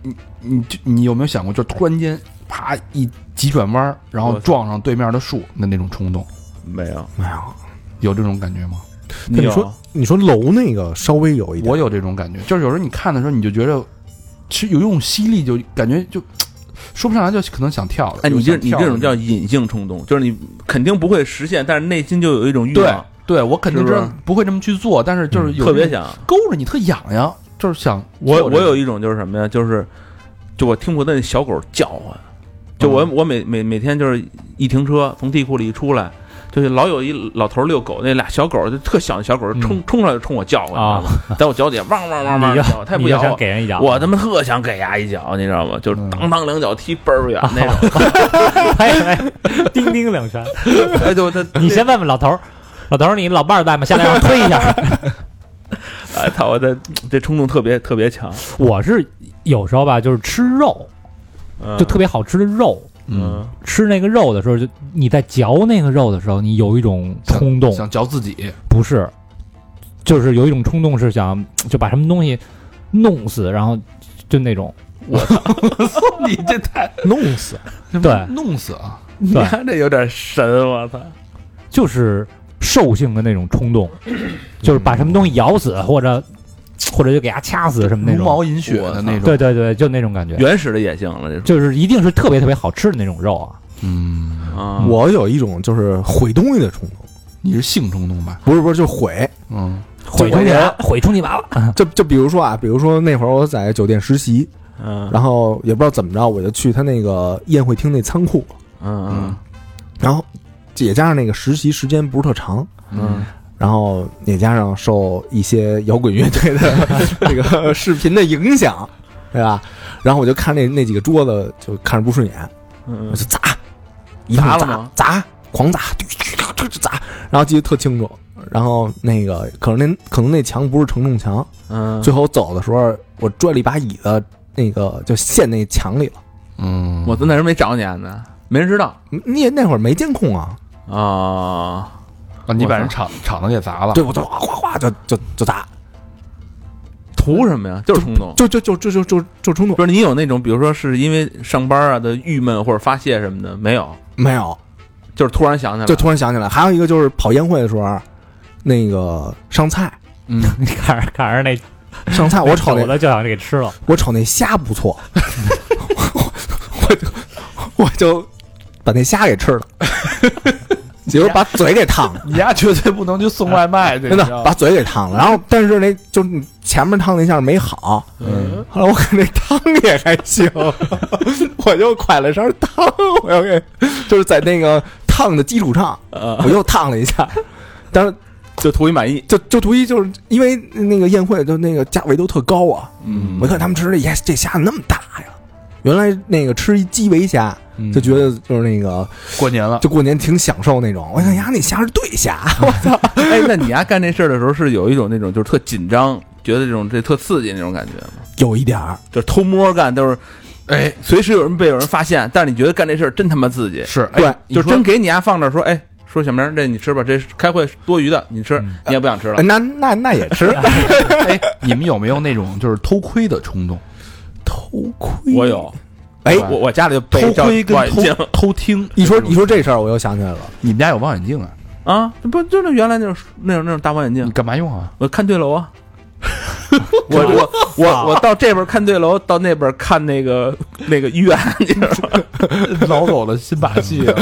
你你就你有没有想过，就突然间啪一急转弯儿，然后我撞上对面的树的那种冲动，没有。没哎有。有这种感觉吗？那你说，你说楼那个稍微有一点，我有这种感觉，就是有时候你看的时候，你就觉得是有一种吸力，就感觉就说不上来，就可能想跳的。哎，你就想这你跳这的种叫隐性冲动，就是你肯定不会实现，但是内心就有一种欲对望，对，我肯定是不知是道不会这么去做，但是就是有特别想。勾着你，特痒痒，就是想我做这我个有一种就是什么呀？就是就我听不到那小狗叫唤，就我我每每每天就是一停车从地库里一出来。就是老有一老头遛狗，那俩小狗就特小的小狗冲冲上来就冲我叫唤，啊你知道吗在我脚底下汪汪汪汪你就叫，它也你不就咬想我，给人一脚，我他妈特想给牙一脚，你知道吗？就是嗯当当两脚踢倍儿远那种。 哎哎叮叮两拳。 哎， 对，他你先问问老头儿，老头儿你老伴儿在吗？下来让我推一下。哎，操！我这这冲动特别特别强，我是有时候吧，就是吃肉，就特别好吃的肉，嗯嗯吃那个肉的时候，就你在嚼那个肉的时候，你有一种想冲动，想嚼自己，不是，就是有一种冲动是想就把什么东西弄死，然后就那 种你这太弄死， 对弄死啊！你 对看这有点神，我操！就是兽性的那种冲 动，就是把什么东西咬死或者或者就给它掐死什么那茹种，毛饮血的那种，对对对，就那种感觉， 原始的野性了，这种就是一定是特别特别好吃的那种肉啊。嗯，啊，我有一种就是毁东西的冲动，你是性冲动吧？不是不是，就是毁。嗯毁充气娃，毁充气娃 娃，就就比如说啊，比如说那会儿我在酒店实习，嗯然后也不知道怎么着，我就去他那个宴会厅那仓库，嗯然后也加上那个实习时间不是特长，嗯，然后也加上受一些摇滚乐队的这个视频的影响，对吧？然后我就看那那几个桌子，就看着不顺眼，嗯我就砸，一顿砸砸了吗砸，狂砸，就砸，然后记得特清楚。然后那个可能那可能那墙不是承重墙，嗯，最后走的时候我拽了一把椅子，那个就陷那墙里了。嗯，我那时候没找你呢，没人知道。你也那会儿没监控啊，啊，啊你把人厂厂子给砸了，对，我就哗哗哗就就就砸，图什么呀？就是冲动。就就就就就就就冲动，不是你有那种，比如说是因为上班啊的郁闷或者发泄什么的，没有，没有，就是突然想起来，就突然想起来，还有一个就是跑宴会的时候，那个上菜你看着看着那上啊菜，我瞅瞅那的就想给吃了，我瞅那虾不错， 我就我就把那虾给 吃了，结果把嘴给烫了，你丫绝对不能去送外卖去，真的把嘴给烫了。然后但是那就是前面烫那下没好，嗯，后来我看那汤也还行， 我又蒯了勺汤，我又给就是在那个烫的基础上，嗯呃，我又烫了一下，但是就图一满意。就就图一就是因为那个宴会就那个价位都特高啊，嗯我一看他们吃的呀，这虾那么大呀，原来那个吃一基围虾就觉得就是那个嗯过年了，就过年挺享受那种，我一看呀那虾是对虾，啊 哎，那你丫干这事儿的时候是有一种那种就是特紧张，觉得这种这特刺激那种感觉吗？ 有一点儿就是偷摸干，都是哎，随时有人被有人发现，但是你觉得干这事儿真他妈刺激，是，哎对，你就说真给你丫放这儿说，哎，说小明，这你吃吧，这开会多余的，你吃，你也不想吃了哎，那那那也吃哎，你们有没有那种就是偷窥的冲动？偷窥，我有，哎，我我家里就备偷窥照望跟远偷镜偷听，一说一说这事儿我又想起来了，你们家有望远镜啊？啊，这不就是原来那种那种那种大望远你镜，干嘛用啊？我看对楼啊。我我我我到这边看对楼，到那边看那个那个医院，你知道吗？老狗的新把戏啊！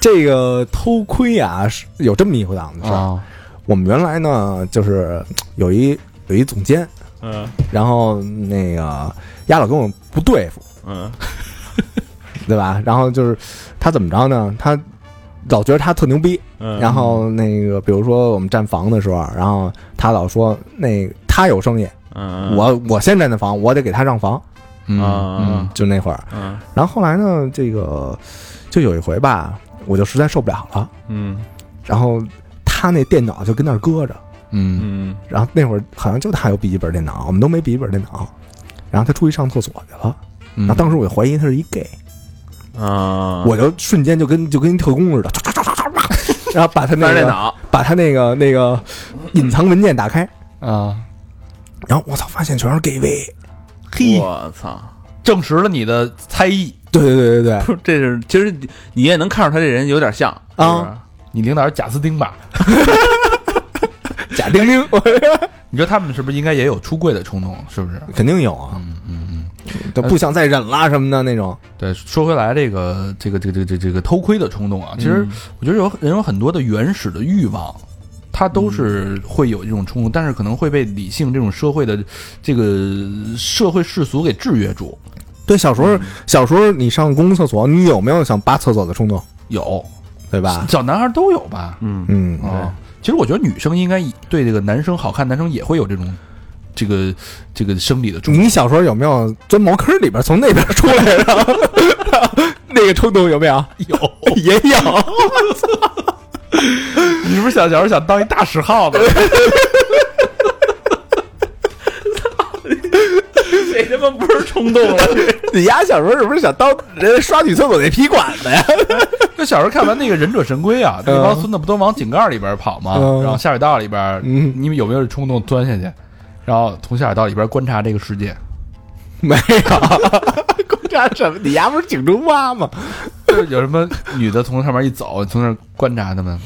这个偷窥啊是有这么一回档子事儿，啊，我们原来呢就是有一有一总监，嗯然后那个丫老跟我不对付。嗯对吧？然后就是他怎么着呢？他老觉得他特牛逼，嗯然后那个比如说我们占房的时候，然后他老说那他有生意，嗯我我先占的房，我得给他让房，嗯啊嗯，就那会儿。嗯然后后来呢，这个就有一回吧，我就实在受不了了，嗯然后他那电脑就跟那儿搁着，嗯，嗯然后那会儿好像就他有笔记本电脑，我们都没笔记本电脑。然后他出去上厕所去了，嗯然后当时我就怀疑他是一 gay，啊我就瞬间就跟就跟一特工似的，然后把他那翻个电脑，把他那个那个隐藏文件打开，啊，然后我操，发现全是 GV。嘿，我操！证实了你的猜疑。对对对对 对，不是， 这是其实你你也能看出他这人有点像啊，你领导是贾斯汀吧？贾丁丁你说他们是不是应该也有出柜的冲动？是不是？ 肯定有啊，嗯嗯嗯。就不想再忍啦什么的那种。对，说回来，这个这个这个这个这个这个偷窥的冲动啊，其实我觉得有人有很多的原始的欲望，它都是会有这种冲动，但是可能会被理性这种社会的这个社会世俗给制约住。对，小时候小时候你上公共厕所，你有没有想扒厕所的冲动？有对吧？小男孩都有吧？嗯嗯，啊，其实我觉得女生应该对这个男生好看，男生也会有这种这个这个生理的冲动。你小时候有没有钻茅坑里边从那边出来，然后 那个冲动有没有？有， 也有。 你是不是想小时候想当一大屎耗 子？这他妈不是冲动了，你丫小时候是不是想当人家刷女厕所那皮管子呀？就小时候看完那个《忍者神龟》啊，那帮孙子不都往井盖里边跑吗？嗯然后下水道里边，嗯你们有没有冲动钻下去？然后从下水道里边观察这个世界，没有， 观察什么？你丫不是井中蛙吗？就是有什么女的从上面一走， 从那儿观察他们，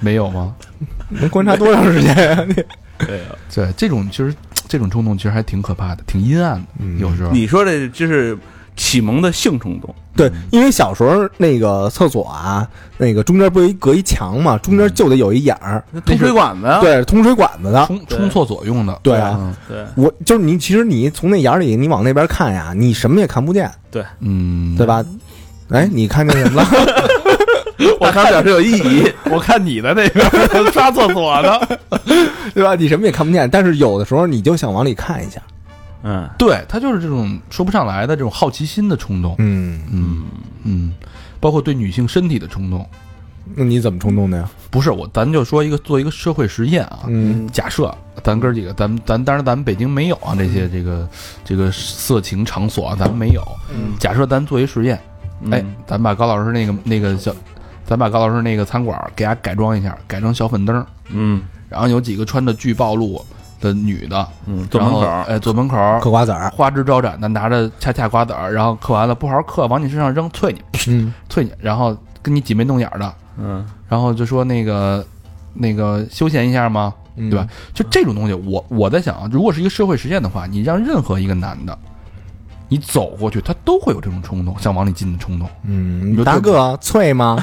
没有吗？能观察多长时间呀、你对啊。对，这种其实这种冲动其实还挺可怕的，挺阴暗的，嗯有时候。你说这就是启蒙的性冲动，对，因为小时候那个厕所啊，那个中间不是一隔一墙嘛，中间就得有一眼儿，通水管子啊，对，嗯通水管子的。冲冲厕所用的，对啊嗯对我就是你，其实你从那眼儿里，你往那边看呀，你什么也看不见，嗯，对？吧？哎，你看见什么了？ 我看表示有意 义。我看你的那个刷厕所的，对吧？你什么也看不见，但是有的时候你就想往里看一下。嗯，对他就是这种说不上来的这种好奇心的冲动，嗯，嗯嗯，包括对女性身体的冲动，那你怎么冲动的呀？不是我，咱就说一个做一个社会实验啊。嗯假设咱哥儿几个，咱们咱当然咱们北京没有嗯啊，这些这个这个色情场所啊，咱们没有。嗯假设咱做一实验，嗯哎，咱把高老师那个那个小，咱把高老师那个餐馆给他改装一下，改成小粉灯儿，嗯然后有几个穿着巨暴露的女的，嗯，坐门口然后儿，哎，坐门口嗑儿。瓜子儿，啊花枝招展的拿着恰恰瓜子儿，然后嗑完了不好好嗑，往你身上扔，啐你，嗯，啐你，然后跟你挤眉弄眼儿的，嗯然后就说那个那个休闲一下吗？嗯对对吧？？就这种东西，我我在想啊，如果是一个社会实践的话，你让任何一个男的，你走过去，他都会有这种冲动，想往里进的冲动，嗯有，大这哥脆吗？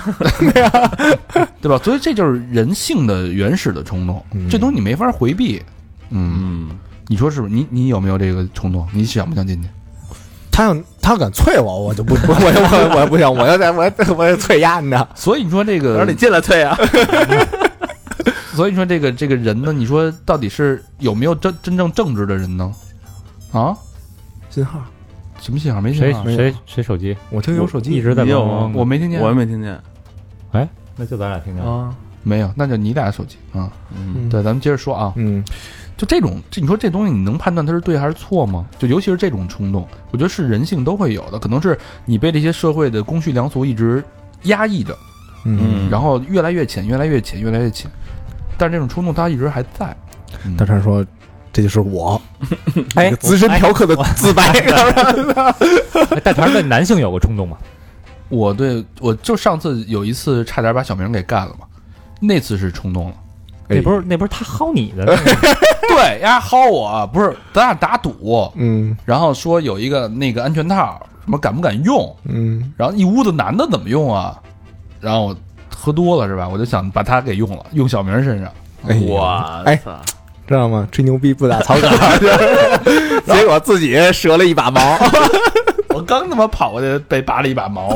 对吧？所以这就是人性的原始的冲动，嗯这东西你没法回避。嗯，嗯，你说是不是？你你有没有这个冲动？你想不想进去？他要他要敢啐我，我就不， 我我我不行，我要再我要 我要啐压你呢。所以你说这我个说你，进来退啊，所以你说这个这个人呢，你说到底是有没有真真正正直的人呢？啊，信号，什么信号？没啊信谁号？谁谁手机我听有手一机直在你有忙吗啊我没听见我，也没听见，那就咱俩听听。啊，没有，那就你俩手机啊。嗯对，咱们接着说啊。嗯，就这种，这你说这东西你能判断它是对还是错吗？就尤其是这种冲动，我觉得是人性都会有的，可能是你被这些社会的公序良俗一直压抑着，嗯，然后越来越浅，越来越浅，越来越浅。但是这种冲动它一直还在。嗯大川说。这就是我，哎一个资深嫖客的自白。哎大肠对男性有过冲动吗？我对我就上次有一次差点把小明给干了嘛，那次是冲动了。哎那不是那不是他薅你的那个，对，丫薅我，不是咱俩打赌，嗯然后说有一个那个安全套，什么敢不敢用？嗯，然后一屋子男的怎么用啊？然后我喝多了是吧？我就想把他给用了，用小明身上。哎呦哇哎操，知道吗？吹牛逼不打草稿， 结果自己折了一把毛。我刚他妈跑过去被拔了一把毛，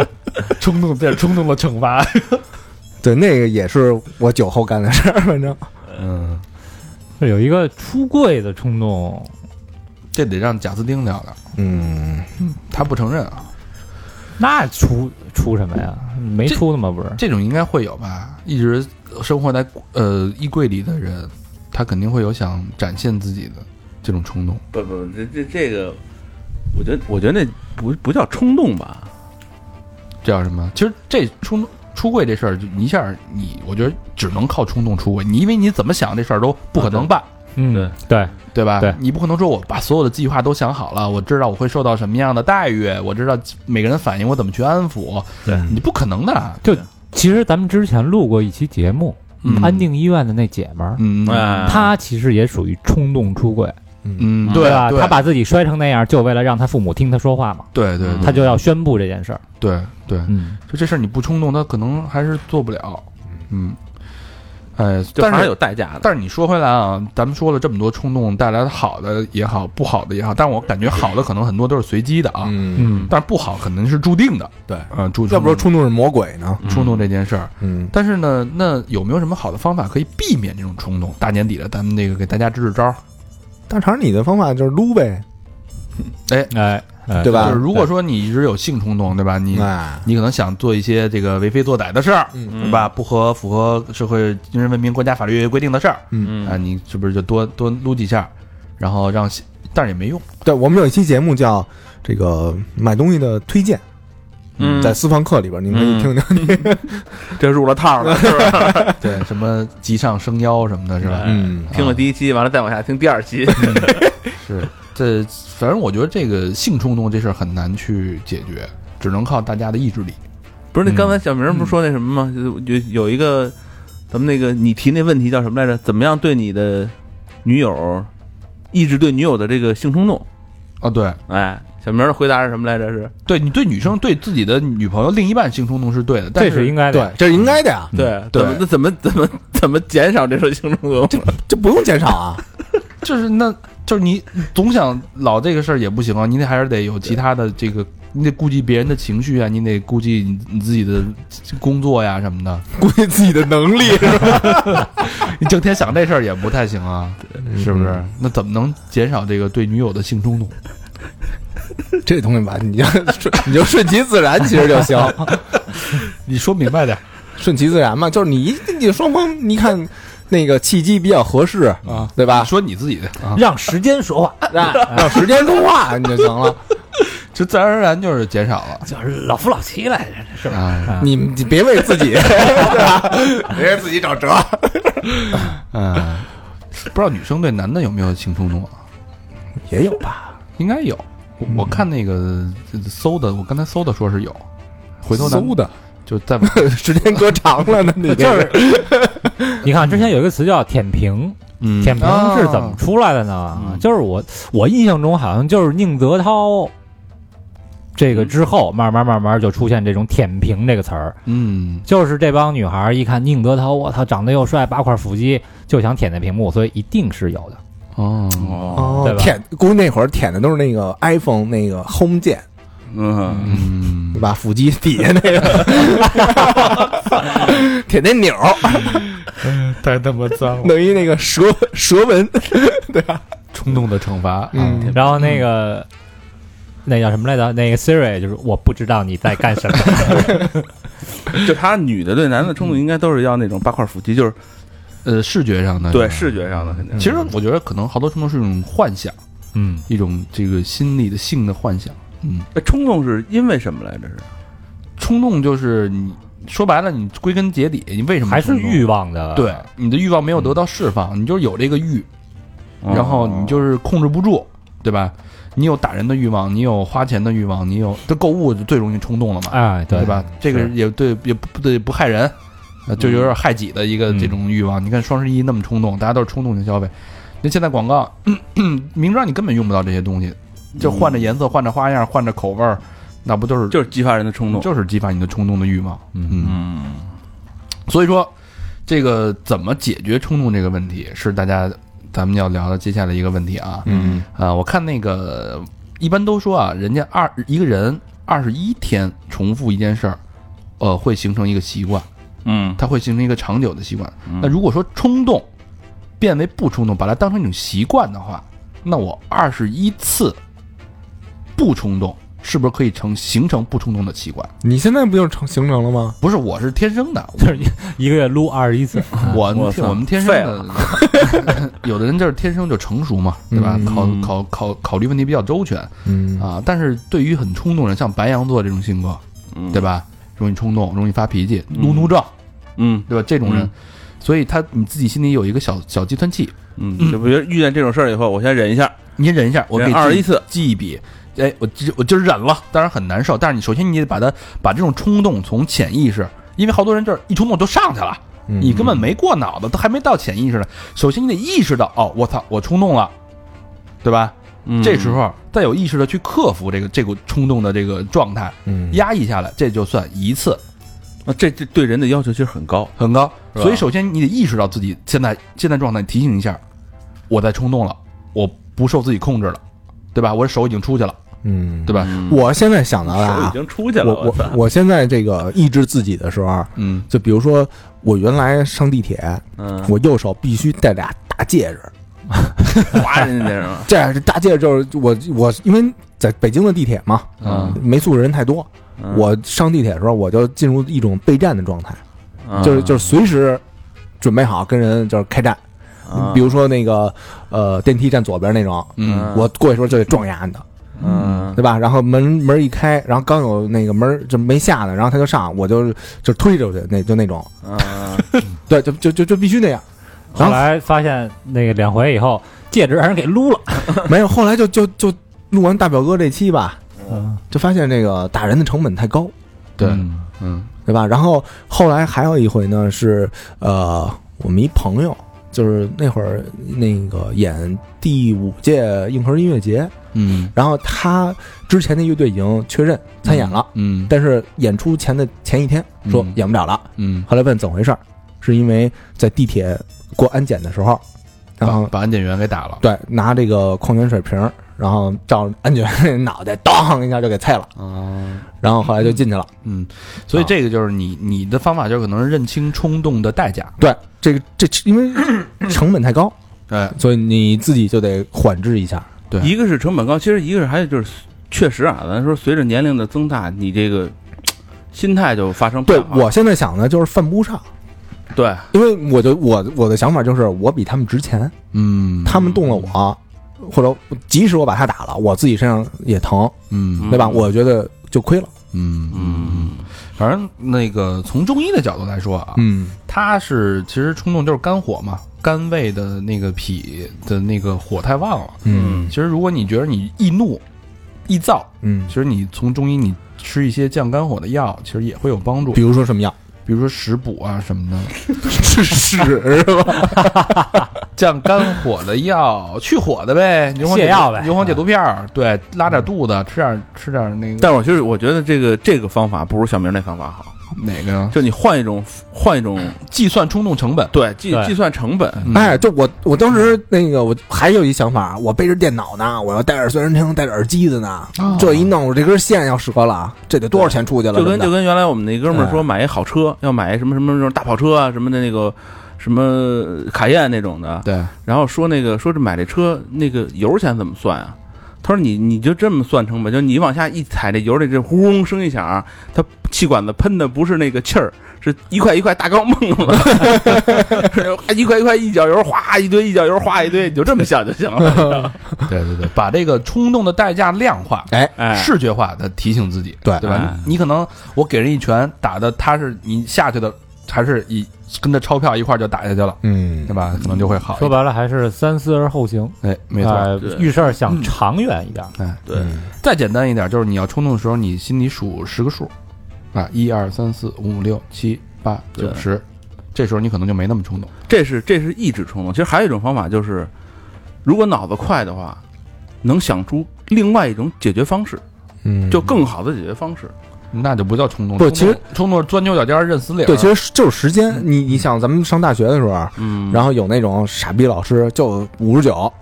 冲动这是冲动的惩罚。 对，那个也是我酒后干的事儿，反正嗯，是 有一个出柜的冲动。这得让贾斯汀聊聊，嗯，他不承认啊，那出出什么呀？没出呢吗？不是，这种应该会有吧？一直生活在呃衣柜里的人，他肯定会有想展现自己的这种冲动。不不，这这这个，我觉得我觉得那不不叫冲动吧，这叫什么？其实这冲动出柜这事儿，就一下你，我觉得只能靠冲动出柜。你因为你怎么想这事儿都不可能办，嗯，对对，对吧？对你不可能说我把所有的计划都想好了，我知道我会受到什么样的待遇，我知道每个人反应，我怎么去安抚，对你不可能的。其实咱们之前录过一期节目，嗯安定医院的那姐们儿，嗯，哎，她其实也属于冲动出柜，嗯，对吧？对她啊把自己摔成那样，就为了让她父母听她说话嘛，对对她就要宣布这件事儿。对对，嗯，就这事儿你不冲动，他可能还是做不了。嗯，哎，就但还是是有代价的，但是你说回来啊，咱们说了这么多冲动带来的好的也好，不好的也好，但我感觉好的可能很多都是随机的啊，嗯，但是不好肯定是注定的。对呃，注要不说冲动是魔鬼呢。冲动这件事儿，嗯，但是呢，那有没有什么好的方法可以避免这种冲动？大年底了，咱们那个给大家支支招儿，大肠，你的方法就是撸呗，哎，哎对吧就是如果说你一直有性冲动，对吧？你哎，你可能想做一些这个为非作歹的事儿，嗯对吧？不合符合社会精神文明、国家法律规定的事儿，嗯啊，你是不是就多多撸几下，然后让，但是也没用。对，我们有一期节目叫这个买东西的推荐，嗯在私房课里边，你可以听听。这入了套了，是吧？ 对，什么极上升妖什么的，是吧？嗯听了第一期，完了再往下听第 二期，是，这反正我觉得这个性冲动这事儿很难去解决，只能靠大家的意志力。不是那刚才小明不是说嗯那什么吗？就是有有一个咱们那个你提那问题叫什么来着？怎么样对你的女友抑制对女友的这个性冲动？哦，对，哎，小明的回答是什么来着？是对你对女生对自己的女朋友另一半性冲动是对的，但这是是应该的对，，这是应该的呀，嗯对，对怎么怎么怎么怎么减少这种性冲动？这不用减少啊。就是那就是你总想老这个事儿也不行啊，你得还是得有其他的这个，你得顾及别人的情绪啊，你得顾及你你自己的工作呀什么的， 估计自己的能力是吧？你整天想这事儿也不太行啊，是不是？那怎么能减少这个对女友的性冲动？ 这东西吧，你就顺你就顺其自然，其实就 行。你说明白点顺其自然嘛，就是你一你双方，你看那个契机比较合适，啊， 对吧？说你自己的啊，让时间说话。让让时间说话你就行了。就自然而然就是减少了就是老夫老妻来着，是吧？啊，你你别为自己，对吧？别为自己找辙。嗯，不知道女生对男的有没有性冲动啊？ 也有吧？应该有，我嗯我看那个搜的，我刚才搜的说是有，回头咱搜的， 就在 网时间搁长了呢，你这是你看之前有一个词叫“舔屏”，嗯舔屏是怎么出来的呢？嗯就是我我印象中好像就是宁泽涛这个之后，慢慢慢慢就出现这种“舔屏”这个词儿，嗯就是这帮女孩儿一看宁泽涛，我操，长得又帅，八块腹肌，就想舔那屏幕，所以一定是有的。哦，哦对吧舔，估计那会儿舔的都是那个 iPhone 那个 Home 键，嗯，嗯对吧？腹肌底下那个，舔那钮儿，哎太他妈脏，弄一那个蛇蛇纹，冲动的惩罚，嗯啊然后那个、那叫什么来着？那个 Siri 就是我不知道你在干什么。 就他女的对男的冲动应该都是要那种八块腹肌，就是呃，视觉上的对是吧视觉上的肯定。其实我觉得可能好多冲动是一种幻想，嗯，一种这个心理的性的幻想。嗯，哎冲动是因为什么来着？是冲动就是你说白了，你归根结底，你为什么还是冲动欲？望嗯的。对，你的欲望没有得到释放，你就是有这个欲，哦嗯然后你就是控制不住，对吧？你有打人的欲望，你有花钱的欲望，你有这购物就最容易冲动了嘛，哎，对对吧？？这个也对，也不不对，不害人，呃就有点害己的一个嗯这种欲望。你看双十一那么冲动，大家都是冲动性消费，那现在广告 明知道你根本用不到这些东西，就换着颜色、换着花样、换着口味儿，那不就是就是激发人的冲动。就是激发你的冲动的欲望？嗯嗯，所以说，这个怎么解决冲动这个问题，是大家咱们要聊的接下来一个问题啊。嗯，啊，我看那个一般都说啊，人家二一个人二十一天重复一件事儿，呃，会形成一个习惯，嗯，它会形成一个长久的习惯。那如果说冲动变为不冲动，把它当成一种习惯的话，那我二十一次不冲动，是不是可以成形成不冲动的习惯？你现在不就成形成了吗？不是，我是天生的，就是一一个月撸二十一次，我我们天操我们天生的， 有的人就是天生就成熟嘛，对吧？嗯考考考考虑问题比较周全嗯啊。但是对于很冲动人，像白羊座这种性格，嗯对？吧？容易冲动，容易发脾气，路怒症，嗯对吧？这种人，所以他你自己心里有一个小小计算器，嗯，就比如遇见这种事儿以后，我先忍一下，你忍一下，我给忍二十一次，记一笔。哎，我记我就忍了，当然很难受，但是你首先你得把它把这种冲动从潜意识，因为好多人就是一冲动就上去了，嗯你根本没过脑子，都还没到潜意识呢。首先你得意识到，哦，我操，我冲动了，对吧？嗯这时候再有意识的去克服这个这股冲动的这个状态，嗯压抑下来，这就算一次啊这这对人的要求其实很高。很高。是吧所以首先你得意识到自己现在现在状态，提醒一下，我在冲动了，我不受自己控制了，对吧？我的手已经出去了，嗯，对吧？我现在想到的手已啊，经出去了，我我我现在这个抑制自己的时候，啊嗯就比如说我原来上地铁，嗯，我右手必须戴俩大戒指，划人家 是吧？这样这大戒指就是我我因为在北京的地铁嘛，嗯没素质人太多，啊嗯我上地铁的时候我就进入一种备战的状态，嗯就是就是随时准备好跟人就是开战，啊比如说那个呃电梯站左边那种，嗯我过去时候就得撞压你的，嗯对吧？然后门门一开，然后刚有那个门就没下呢，然后他就上，我就就推着去，那就那种，嗯，对，就就就就必须那样。然后后来发现那个两回以后，戒指让人给撸了。 没有，后来就就就录完大表哥这期吧，就发现这个打人的成本太高，对，嗯嗯对吧？然后后来还有一回呢，是呃，我们一朋友，就是那会儿那个演第五届硬核音乐节，嗯然后他之前的乐队已经确认参演了，嗯但是演出前的前一天说嗯演不了了，嗯，后来问怎么回事儿，是因为在地铁过安检的时候，然把后把安检员给打了，对拿这个矿泉水瓶儿，然后照安检员那脑袋当一下就给菜了，哦，然后后来就进去了。嗯，所以啊这个就是你你的方法，就是可能是认清冲动的代价，对，这个这因 为成本太高，哎，所以你自己就得缓制一下。一个是成本高，其实一个是还有就是，确实啊，咱说随着年龄的增大，你这个心态就发生对变化。我现在想的就是犯不上，对，因为我就我我的想法就是我比他们值钱，嗯，他们动了我，或者即使我把他打了，我自己身上也疼，嗯对吧？我觉得就亏了。嗯嗯，反正那个从中医的角度来说啊，嗯它是其实冲动就是肝火嘛，肝胃的那个脾的那个火太旺了。嗯其实如果你觉得你易怒、易躁，嗯其，实你从中医你吃一些降肝火的药，其实也会有帮助比，如说什么药？比如说食补啊什么的， 是屎是吧？降肝火的药、去火的呗，牛黄泻解药呗牛黄解毒片儿，对，拉点肚子，吃点吃点那个但我就是我觉得这个这个方法不如小明那方法好，哪个呀？就你换一种换一种计算冲动成本。对计对计算成本，嗯哎，就我我当时那个我还有一想法，我背着电脑呢，我要带着随身听，带着耳机子呢，哦这一弄我这根线要折了，这得多少钱出去了？就跟什就么的跟原来我们啊那哎哥们儿说买一好车，要买一什么什么那种大跑车啊什么的那个什么卡宴那种的，对，然后说那个说这买这车那个油钱怎么算啊？他说你你就这么算成本，就你往下一踩这油，这这呼隆声一响，它气管子喷的不是那个气儿，是一块一块大钢锭 子，一块一块一脚油哗一堆，一脚油哗一堆，你就这么想就行了。对对对，把这个冲动的代价量化， 哎，视觉化的提醒自己，对对吧哎？你可能我给人一拳打的，他是你下去的，还是以跟着钞票一块儿就打下去了，嗯对，吧？可能就会好。说，白了还是三思而后行，哎，没错。哎呃对遇事儿想长远一点。对，再简单一点，就是你要冲动的时候，你心里数十个数，啊，一二三四五六七八九十，这时候你可能就没那么冲动。这是这是抑制冲动。其实还有一种方法就是，如果脑子快的话，能想出另外一种解决方式，嗯就更好的解决方式。那就不叫冲动，冲不动其实冲动是钻牛角尖儿认死理儿。对，其实就是时间。你你想，咱们上大学的时候，啊嗯，然后有那种傻逼老师就五十九，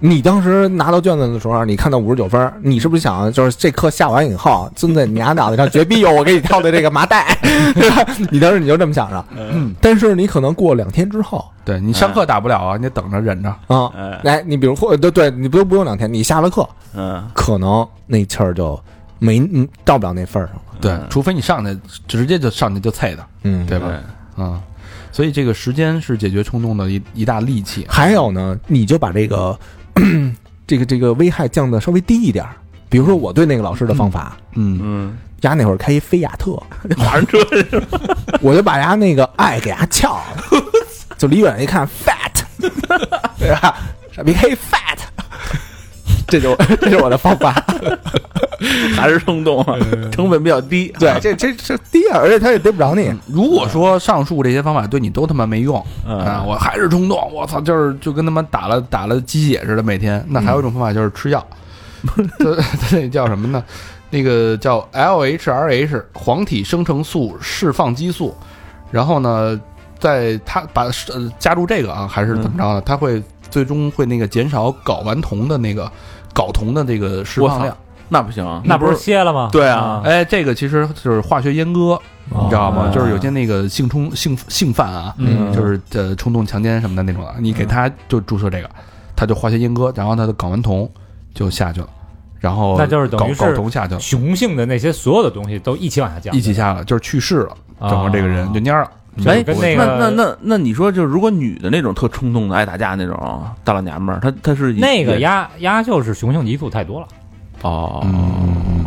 你当时拿到卷子的时候，你看到五十九分，你是不是想就是这课下完以后，孙子你俩脑袋上绝逼有我给你套的这个麻袋， 对吧？你当时你就这么想着，嗯嗯但是你可能过两天之后对你嗯上课打不了啊，你得等着忍着。啊，哎，来，你比如或对对，你不不用两天，你下了课，嗯，可能那气儿就没嗯到不了那份儿上了，对嗯，除非你上去直接就上去就菜的，嗯，对吧？啊，所以这个时间是解决冲动的一一大利器。还有呢，你就把这个 这个这个危害降的稍微低一点儿。比如说我对那个老师的方法，嗯，嗯，丫、那会儿开一菲亚特，划人车 我就把丫那个爱给丫撬了，就离远一看 fat，对吧？傻逼黑 fat，这就这是我的方法。 还是冲动啊， 成本比较低。对，这这这低啊，而且他也逮不着你。如果说上述这些方法对你都他妈没用啊，我还是冲动，我操，就是就跟他妈打了打了鸡血似的，每天。那还有一种方法就是吃药， 这这叫什么呢？那个叫 LHRH 黄体生成素释放激素，然后呢，在它把呃加入这个啊，还是怎么着呢？它会最终会那个减少睾丸酮的那个睾酮的这个释我放操量。 那不行，啊那不是歇了吗？对啊哎，这个其实就是化学阉割，哦你知道吗？嗯就是有些那个性冲性性犯啊，嗯就是呃冲动强奸什么的那种的，啊你给他就注射这个，他就化学阉割，然后他的睾丸酮就下去了，然后那就是等于睾是睾酮下去了，雄性的那些所有的东西都一起往下降，一起下了，就是去世了，啊整个这个人就蔫了。就是哎，跟那那个那那那你说，就是如果女的那种特冲动的爱打架那种大老娘们儿，她她是那个压压就是雄性激素太多了。哦，嗯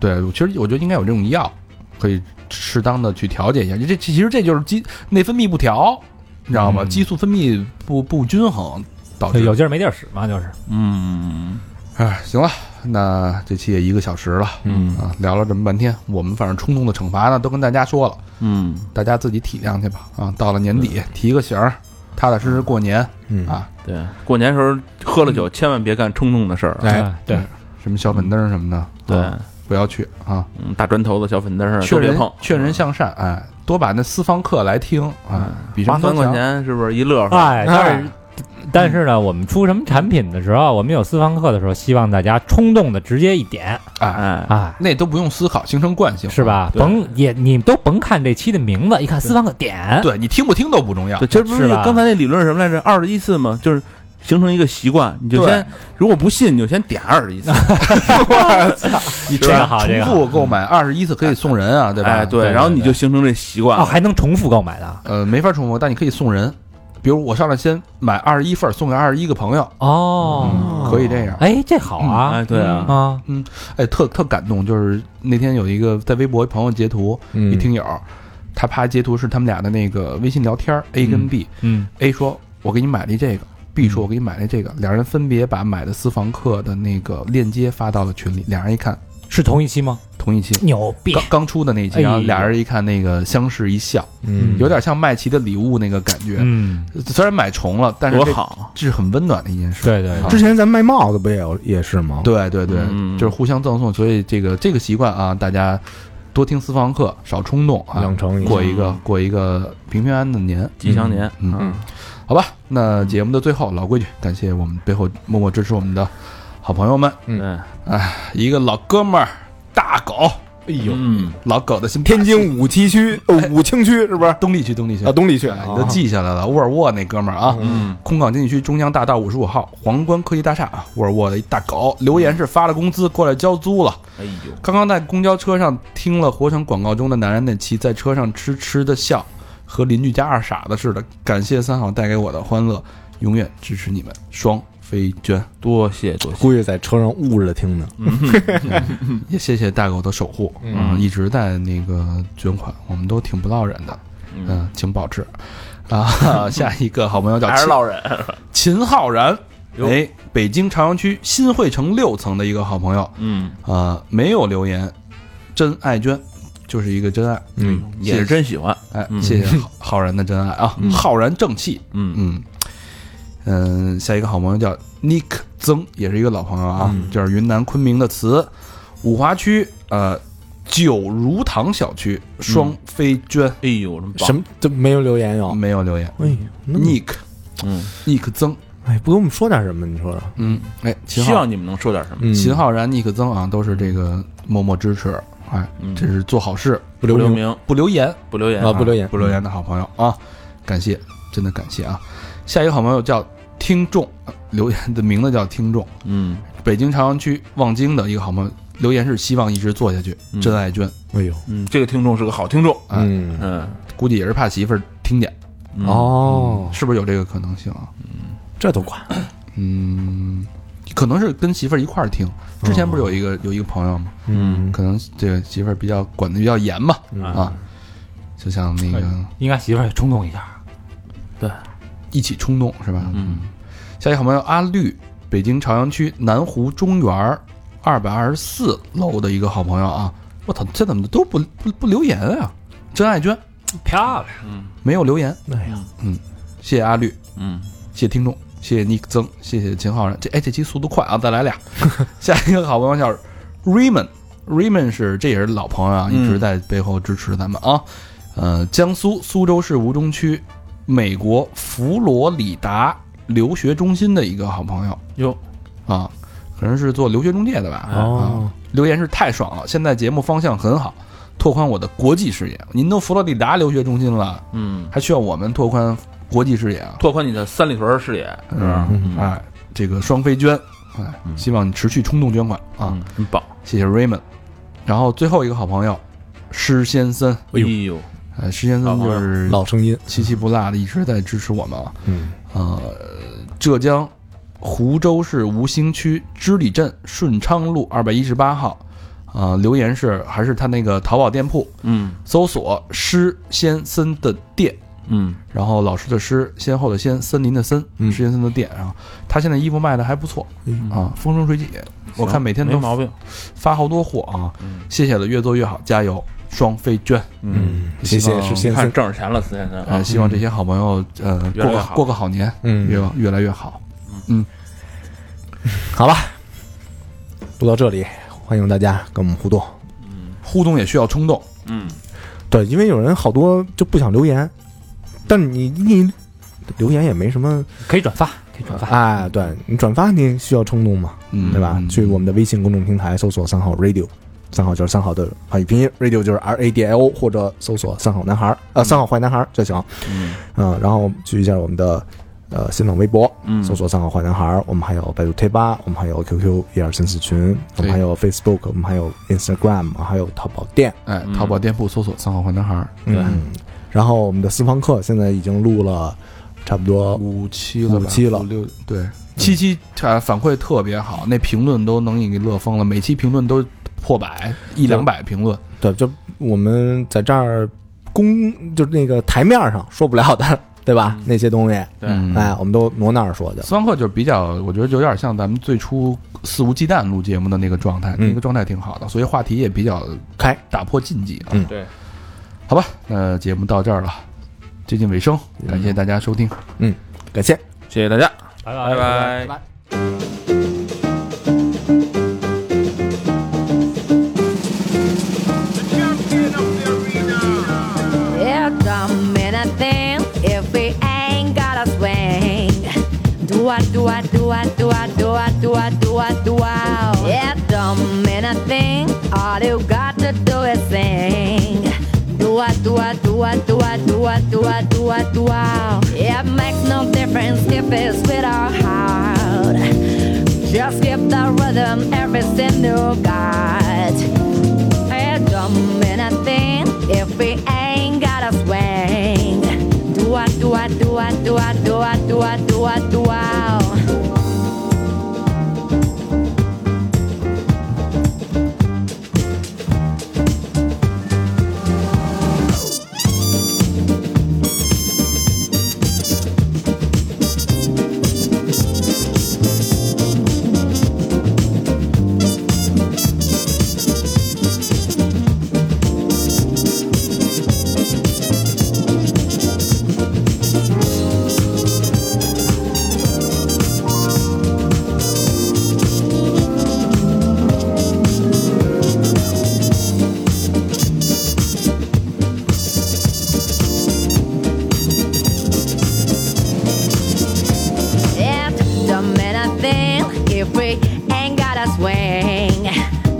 对，其实我觉得应该有这种药，可以适当的去调节一下。这其实这就是激内分泌不调，你知道吗？嗯哎激素分泌不不均衡导致对，有劲儿没地儿使嘛，就是。嗯哎，行了，那这期也一个小时了，嗯啊，聊了这么半天，我们反正冲动的惩罚呢都跟大家说了，嗯，大家自己体谅去吧。啊，到了年底提个醒儿，踏踏实实过年嗯啊，对，过年时候喝了酒，千万别干冲动的事儿。啊哎，嗯对，什么小粉灯儿什么的，对，啊不要去啊，嗯，大砖头子、小粉灯儿，劝嗯都别人碰，劝人向善，哎，多把那私房课来听啊，比什花么都三块强。钱是不是一乐呵？哎，但是但是呢，我们出什么产品的时候，啊我们有私房课的时候，希望大家冲动的直接一点，哎，哎，哎，那都不用思考，形成惯性是？吧？对甭也你都甭看这期的名字，一看私房课点，对你听不听都不重要对，，其实不是是吧刚才那理论是什么来着？二十一次嘛，就是形成一个习惯，你就对先如果不信，你就先点二十一次。你 这个好这嗯个重好复购买二十一次可以送人哎啊，对吧？哎，对，然后你就形成这习惯哦，了。还能重复购买的，呃没法重复，但你可以送人。比如我上来先买二十一份儿送给二十一个朋友，哦，可以这样。哎，这好啊嗯哎，对啊，啊，哎，特特感动，就是那天有一个在微博朋友截图，一嗯，听友，他啪截图是他们俩的那个微信聊天儿，A 跟 B，A、嗯，说我给你买了一这个，B 说我给你买了一这个，两人分别把买的私房课的那个链接发到了群里，俩人一看是同一期吗？同一期。牛逼刚刚出的那一期，哎呦然后俩人一看那个相视一笑，嗯，有点像麦琪的礼物那个感觉。嗯，虽然买重了，但是多这好，这是很温暖的一件事。对对，对之前咱卖帽子不也有也是吗？，对对对，嗯就是互相赠送，所以这个这个习惯啊，大家多听私房课，少冲动啊，养成一过一个过一个平平安安的年。吉祥年，嗯，嗯好吧，那节目的最后老规矩，感谢我们背后默默支持我们的好朋友们，嗯，一个老哥们儿大狗，哎呦，嗯，老狗的新天津五七区呃武清区是不是？东丽区东丽区啊，东丽区，哎你都记下来了，沃尔沃那哥们儿啊，嗯，空港经济区中央大道五十五号皇冠科技大厦啊，沃尔沃的一大狗，留言是发了工资过来交租了。哎呦，刚刚在公交车上听了《活成》广告中的男人那期，在车上痴痴的笑，和邻居家二傻子似的。感谢三好带给我的欢乐，永远支持你们，双飞娟。多谢多谢，估计在车上捂着听呢。也谢谢大狗的守护，啊嗯一直在那个捐款，我们都挺不落忍的，嗯，请保持。啊， 下一个好朋友叫还是秦老人，秦浩然，哟哎，北京朝阳区新会城六层的一个好朋友，嗯，啊，没有留言，真爱娟，就是一个真爱，嗯，也是真喜欢，哎，嗯谢谢浩浩然的真爱啊，浩然正气，嗯嗯嗯，下一个好朋友叫 Nick 曾，也是一个老朋友啊，嗯就是云南昆明的词，五华区呃九如堂小区双飞娟、哎呦，这么棒什么都没有留言哦有？没有留言哎呦，那么 Nick 嗯， Nick 曾，哎，不给我们说点什么？你说说。嗯，哎，秦希昊望你们能说点什么，嗯秦浩然、Nick 曾啊，都是这个默默支持，哎，嗯这是哦做好事不不留留名名，不留言，不留言啊，不留言，不留言的好朋友啊，感谢，真的感谢啊！下一个好朋友叫听众，呃留言的名字叫听众，嗯，北京朝阳区望京的一个好朋友，留言是希望一直做下去，嗯真爱娟，哎呦，嗯，这个听众是个好听众，哎嗯，嗯，估计也是怕媳妇儿听见，嗯，哦，是不是有这个可能性啊？这都管，嗯，可能是跟媳妇儿一块儿听。之前不是有一哦个有一个朋友吗？嗯，可能这个媳妇儿比较管的比较严嘛，嗯啊，就像那个应该媳妇儿也冲动一下，一起冲动是吧？嗯，下一个好朋友阿绿，北京朝阳区南湖中园二百二十四楼的一个好朋友啊，我操，这怎么都不不不留言啊？真爱娟漂亮，嗯没有留言，哎呀，谢谢阿绿，嗯，谢谢听众，谢谢尼克曾，谢谢秦昊然，这哎这期速度快啊，再来俩。 下一个好朋友叫 Raymond。Raymond 是，这也是老朋友啊，一直在背后支持咱们啊。呃，江苏苏州市吴中区美国佛罗里达留学中心的一个好朋友哟啊，可能是做留学中介的吧。啊哦，留言是太爽了，现在节目方向很好，拓宽我的国际视野。您都佛罗里达留学中心了，嗯，还需要我们拓宽国际视野啊？拓宽你的三里屯视野，是吧？嗯哎，这个双飞捐，哎，嗯希望你持续冲动捐款啊！嗯，很棒，谢谢 Raymond。然后最后一个好朋友施先森，哎呦，呃，施先森就是老声音，七七不落的一直在支持我们啊。嗯，呃，浙江湖州市吴兴区织里镇顺昌路二百一十八号，啊、留言是还是他那个淘宝店铺，嗯搜索“施先森的店”，嗯，然后老师的师，先后的先，森林的森，嗯石先森的店啊，然后他现在衣服卖的还不错嗯啊，风生水起，我看每天没都嗯毛病，发好多货啊，谢谢了，越做越好，加油，双飞娟，嗯，希谢谢望是你先看生，挣着钱了，四先生呃，啊，嗯希望这些好朋友呃越过来越个好过个好年，越嗯，越来越好，好吧，录到这里，欢迎大家跟我们互动。互动也需要冲动，嗯，对，因为有人好多就不想留言，但是你你留言也没什么，可以转发，可以转发，哎，对你转发你需要冲动嘛，嗯，对吧？嗯去我们的微信公众平台搜索三号 radio，三号就是三号的汉语拼音，radio 就是 R A D I O，或者搜索三好男孩儿，呃，三好坏男孩儿就行。嗯，嗯，然后去一下我们的呃新浪微博，嗯搜索“三好坏男孩”，我们还有百度贴吧，我们还有 QQ 一二三四群，我对们还有 Facebook，我们还有 Instagram，我们还有淘宝店，哎，淘宝店铺搜索“三好坏男孩儿嗯，然后我们的私房课现在已经录了差不多五期了吧，五期了五六对，七期啊反馈特别好，那评论都能给你乐疯了，每期评论都破百一两百评论，对，就我们在这儿公就是那个台面上说不了的，对吧？那些东西，对嗯哎，我们都挪那儿说去。斯万克就是比较，我觉得就有点像咱们最初肆无忌惮录节目的那个状态，嗯那个状态挺好的，所以话题也比较开，打破禁忌啊。嗯对，好吧，那节目到这儿了，接近尾声，嗯感谢大家收听。感谢。谢谢大家，拜拜拜。 It don't mean a thing if we ain't got a swing. Do I do I do I do I do I do I do I do I It don't mean a thing. All you got to do is sing. Do I do I do I do I do I do I do I do I It makes no difference if it's with our heart. Just give the rhythm everything you got. It don't mean a thing if we ain't got a swing. Do I, do I, do I, do I, do I, do I, do I, do I. It don't mean a thing if we ain't got a swing.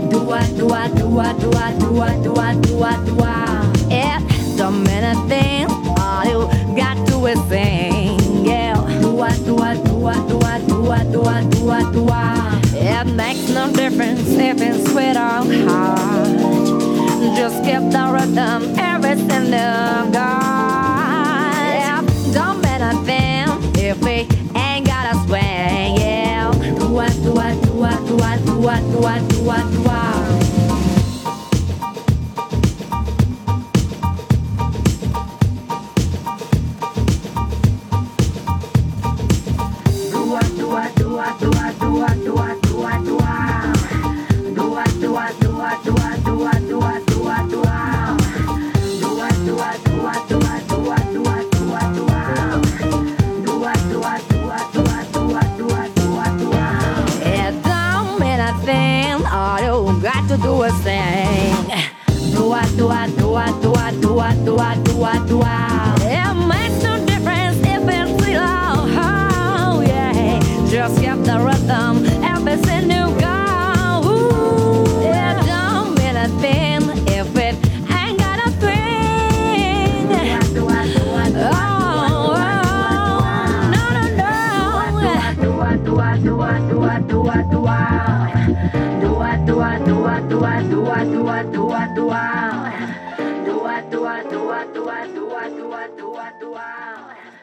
Do I, do I, do I, do I, do I, do I, do I, do I. It don't mean a thing. All you got to is sing. Yeah. Do I, do I, do I, do I, do I, do I, do I, do I. It makes no difference if it's sweet or hard. Just keep the rhythm, everything they've got. Yeah, don't bet a thing if we ain't got a swing. Yeah, do I, do I, do I, do I, do I, do I, do I, do I. It don't mean a thing. All you got to do is sing. Do I, do I, do I, do I, do I, do I, do I, do I. It makes no difference if it's real or how, yeah. Just keep the rhythm, everything you got. Ooh, it don't mean a thing if it ain't got a thing. Oh, oh, no, no, no. Do I, do I, do I, do I, do I, do I, do I.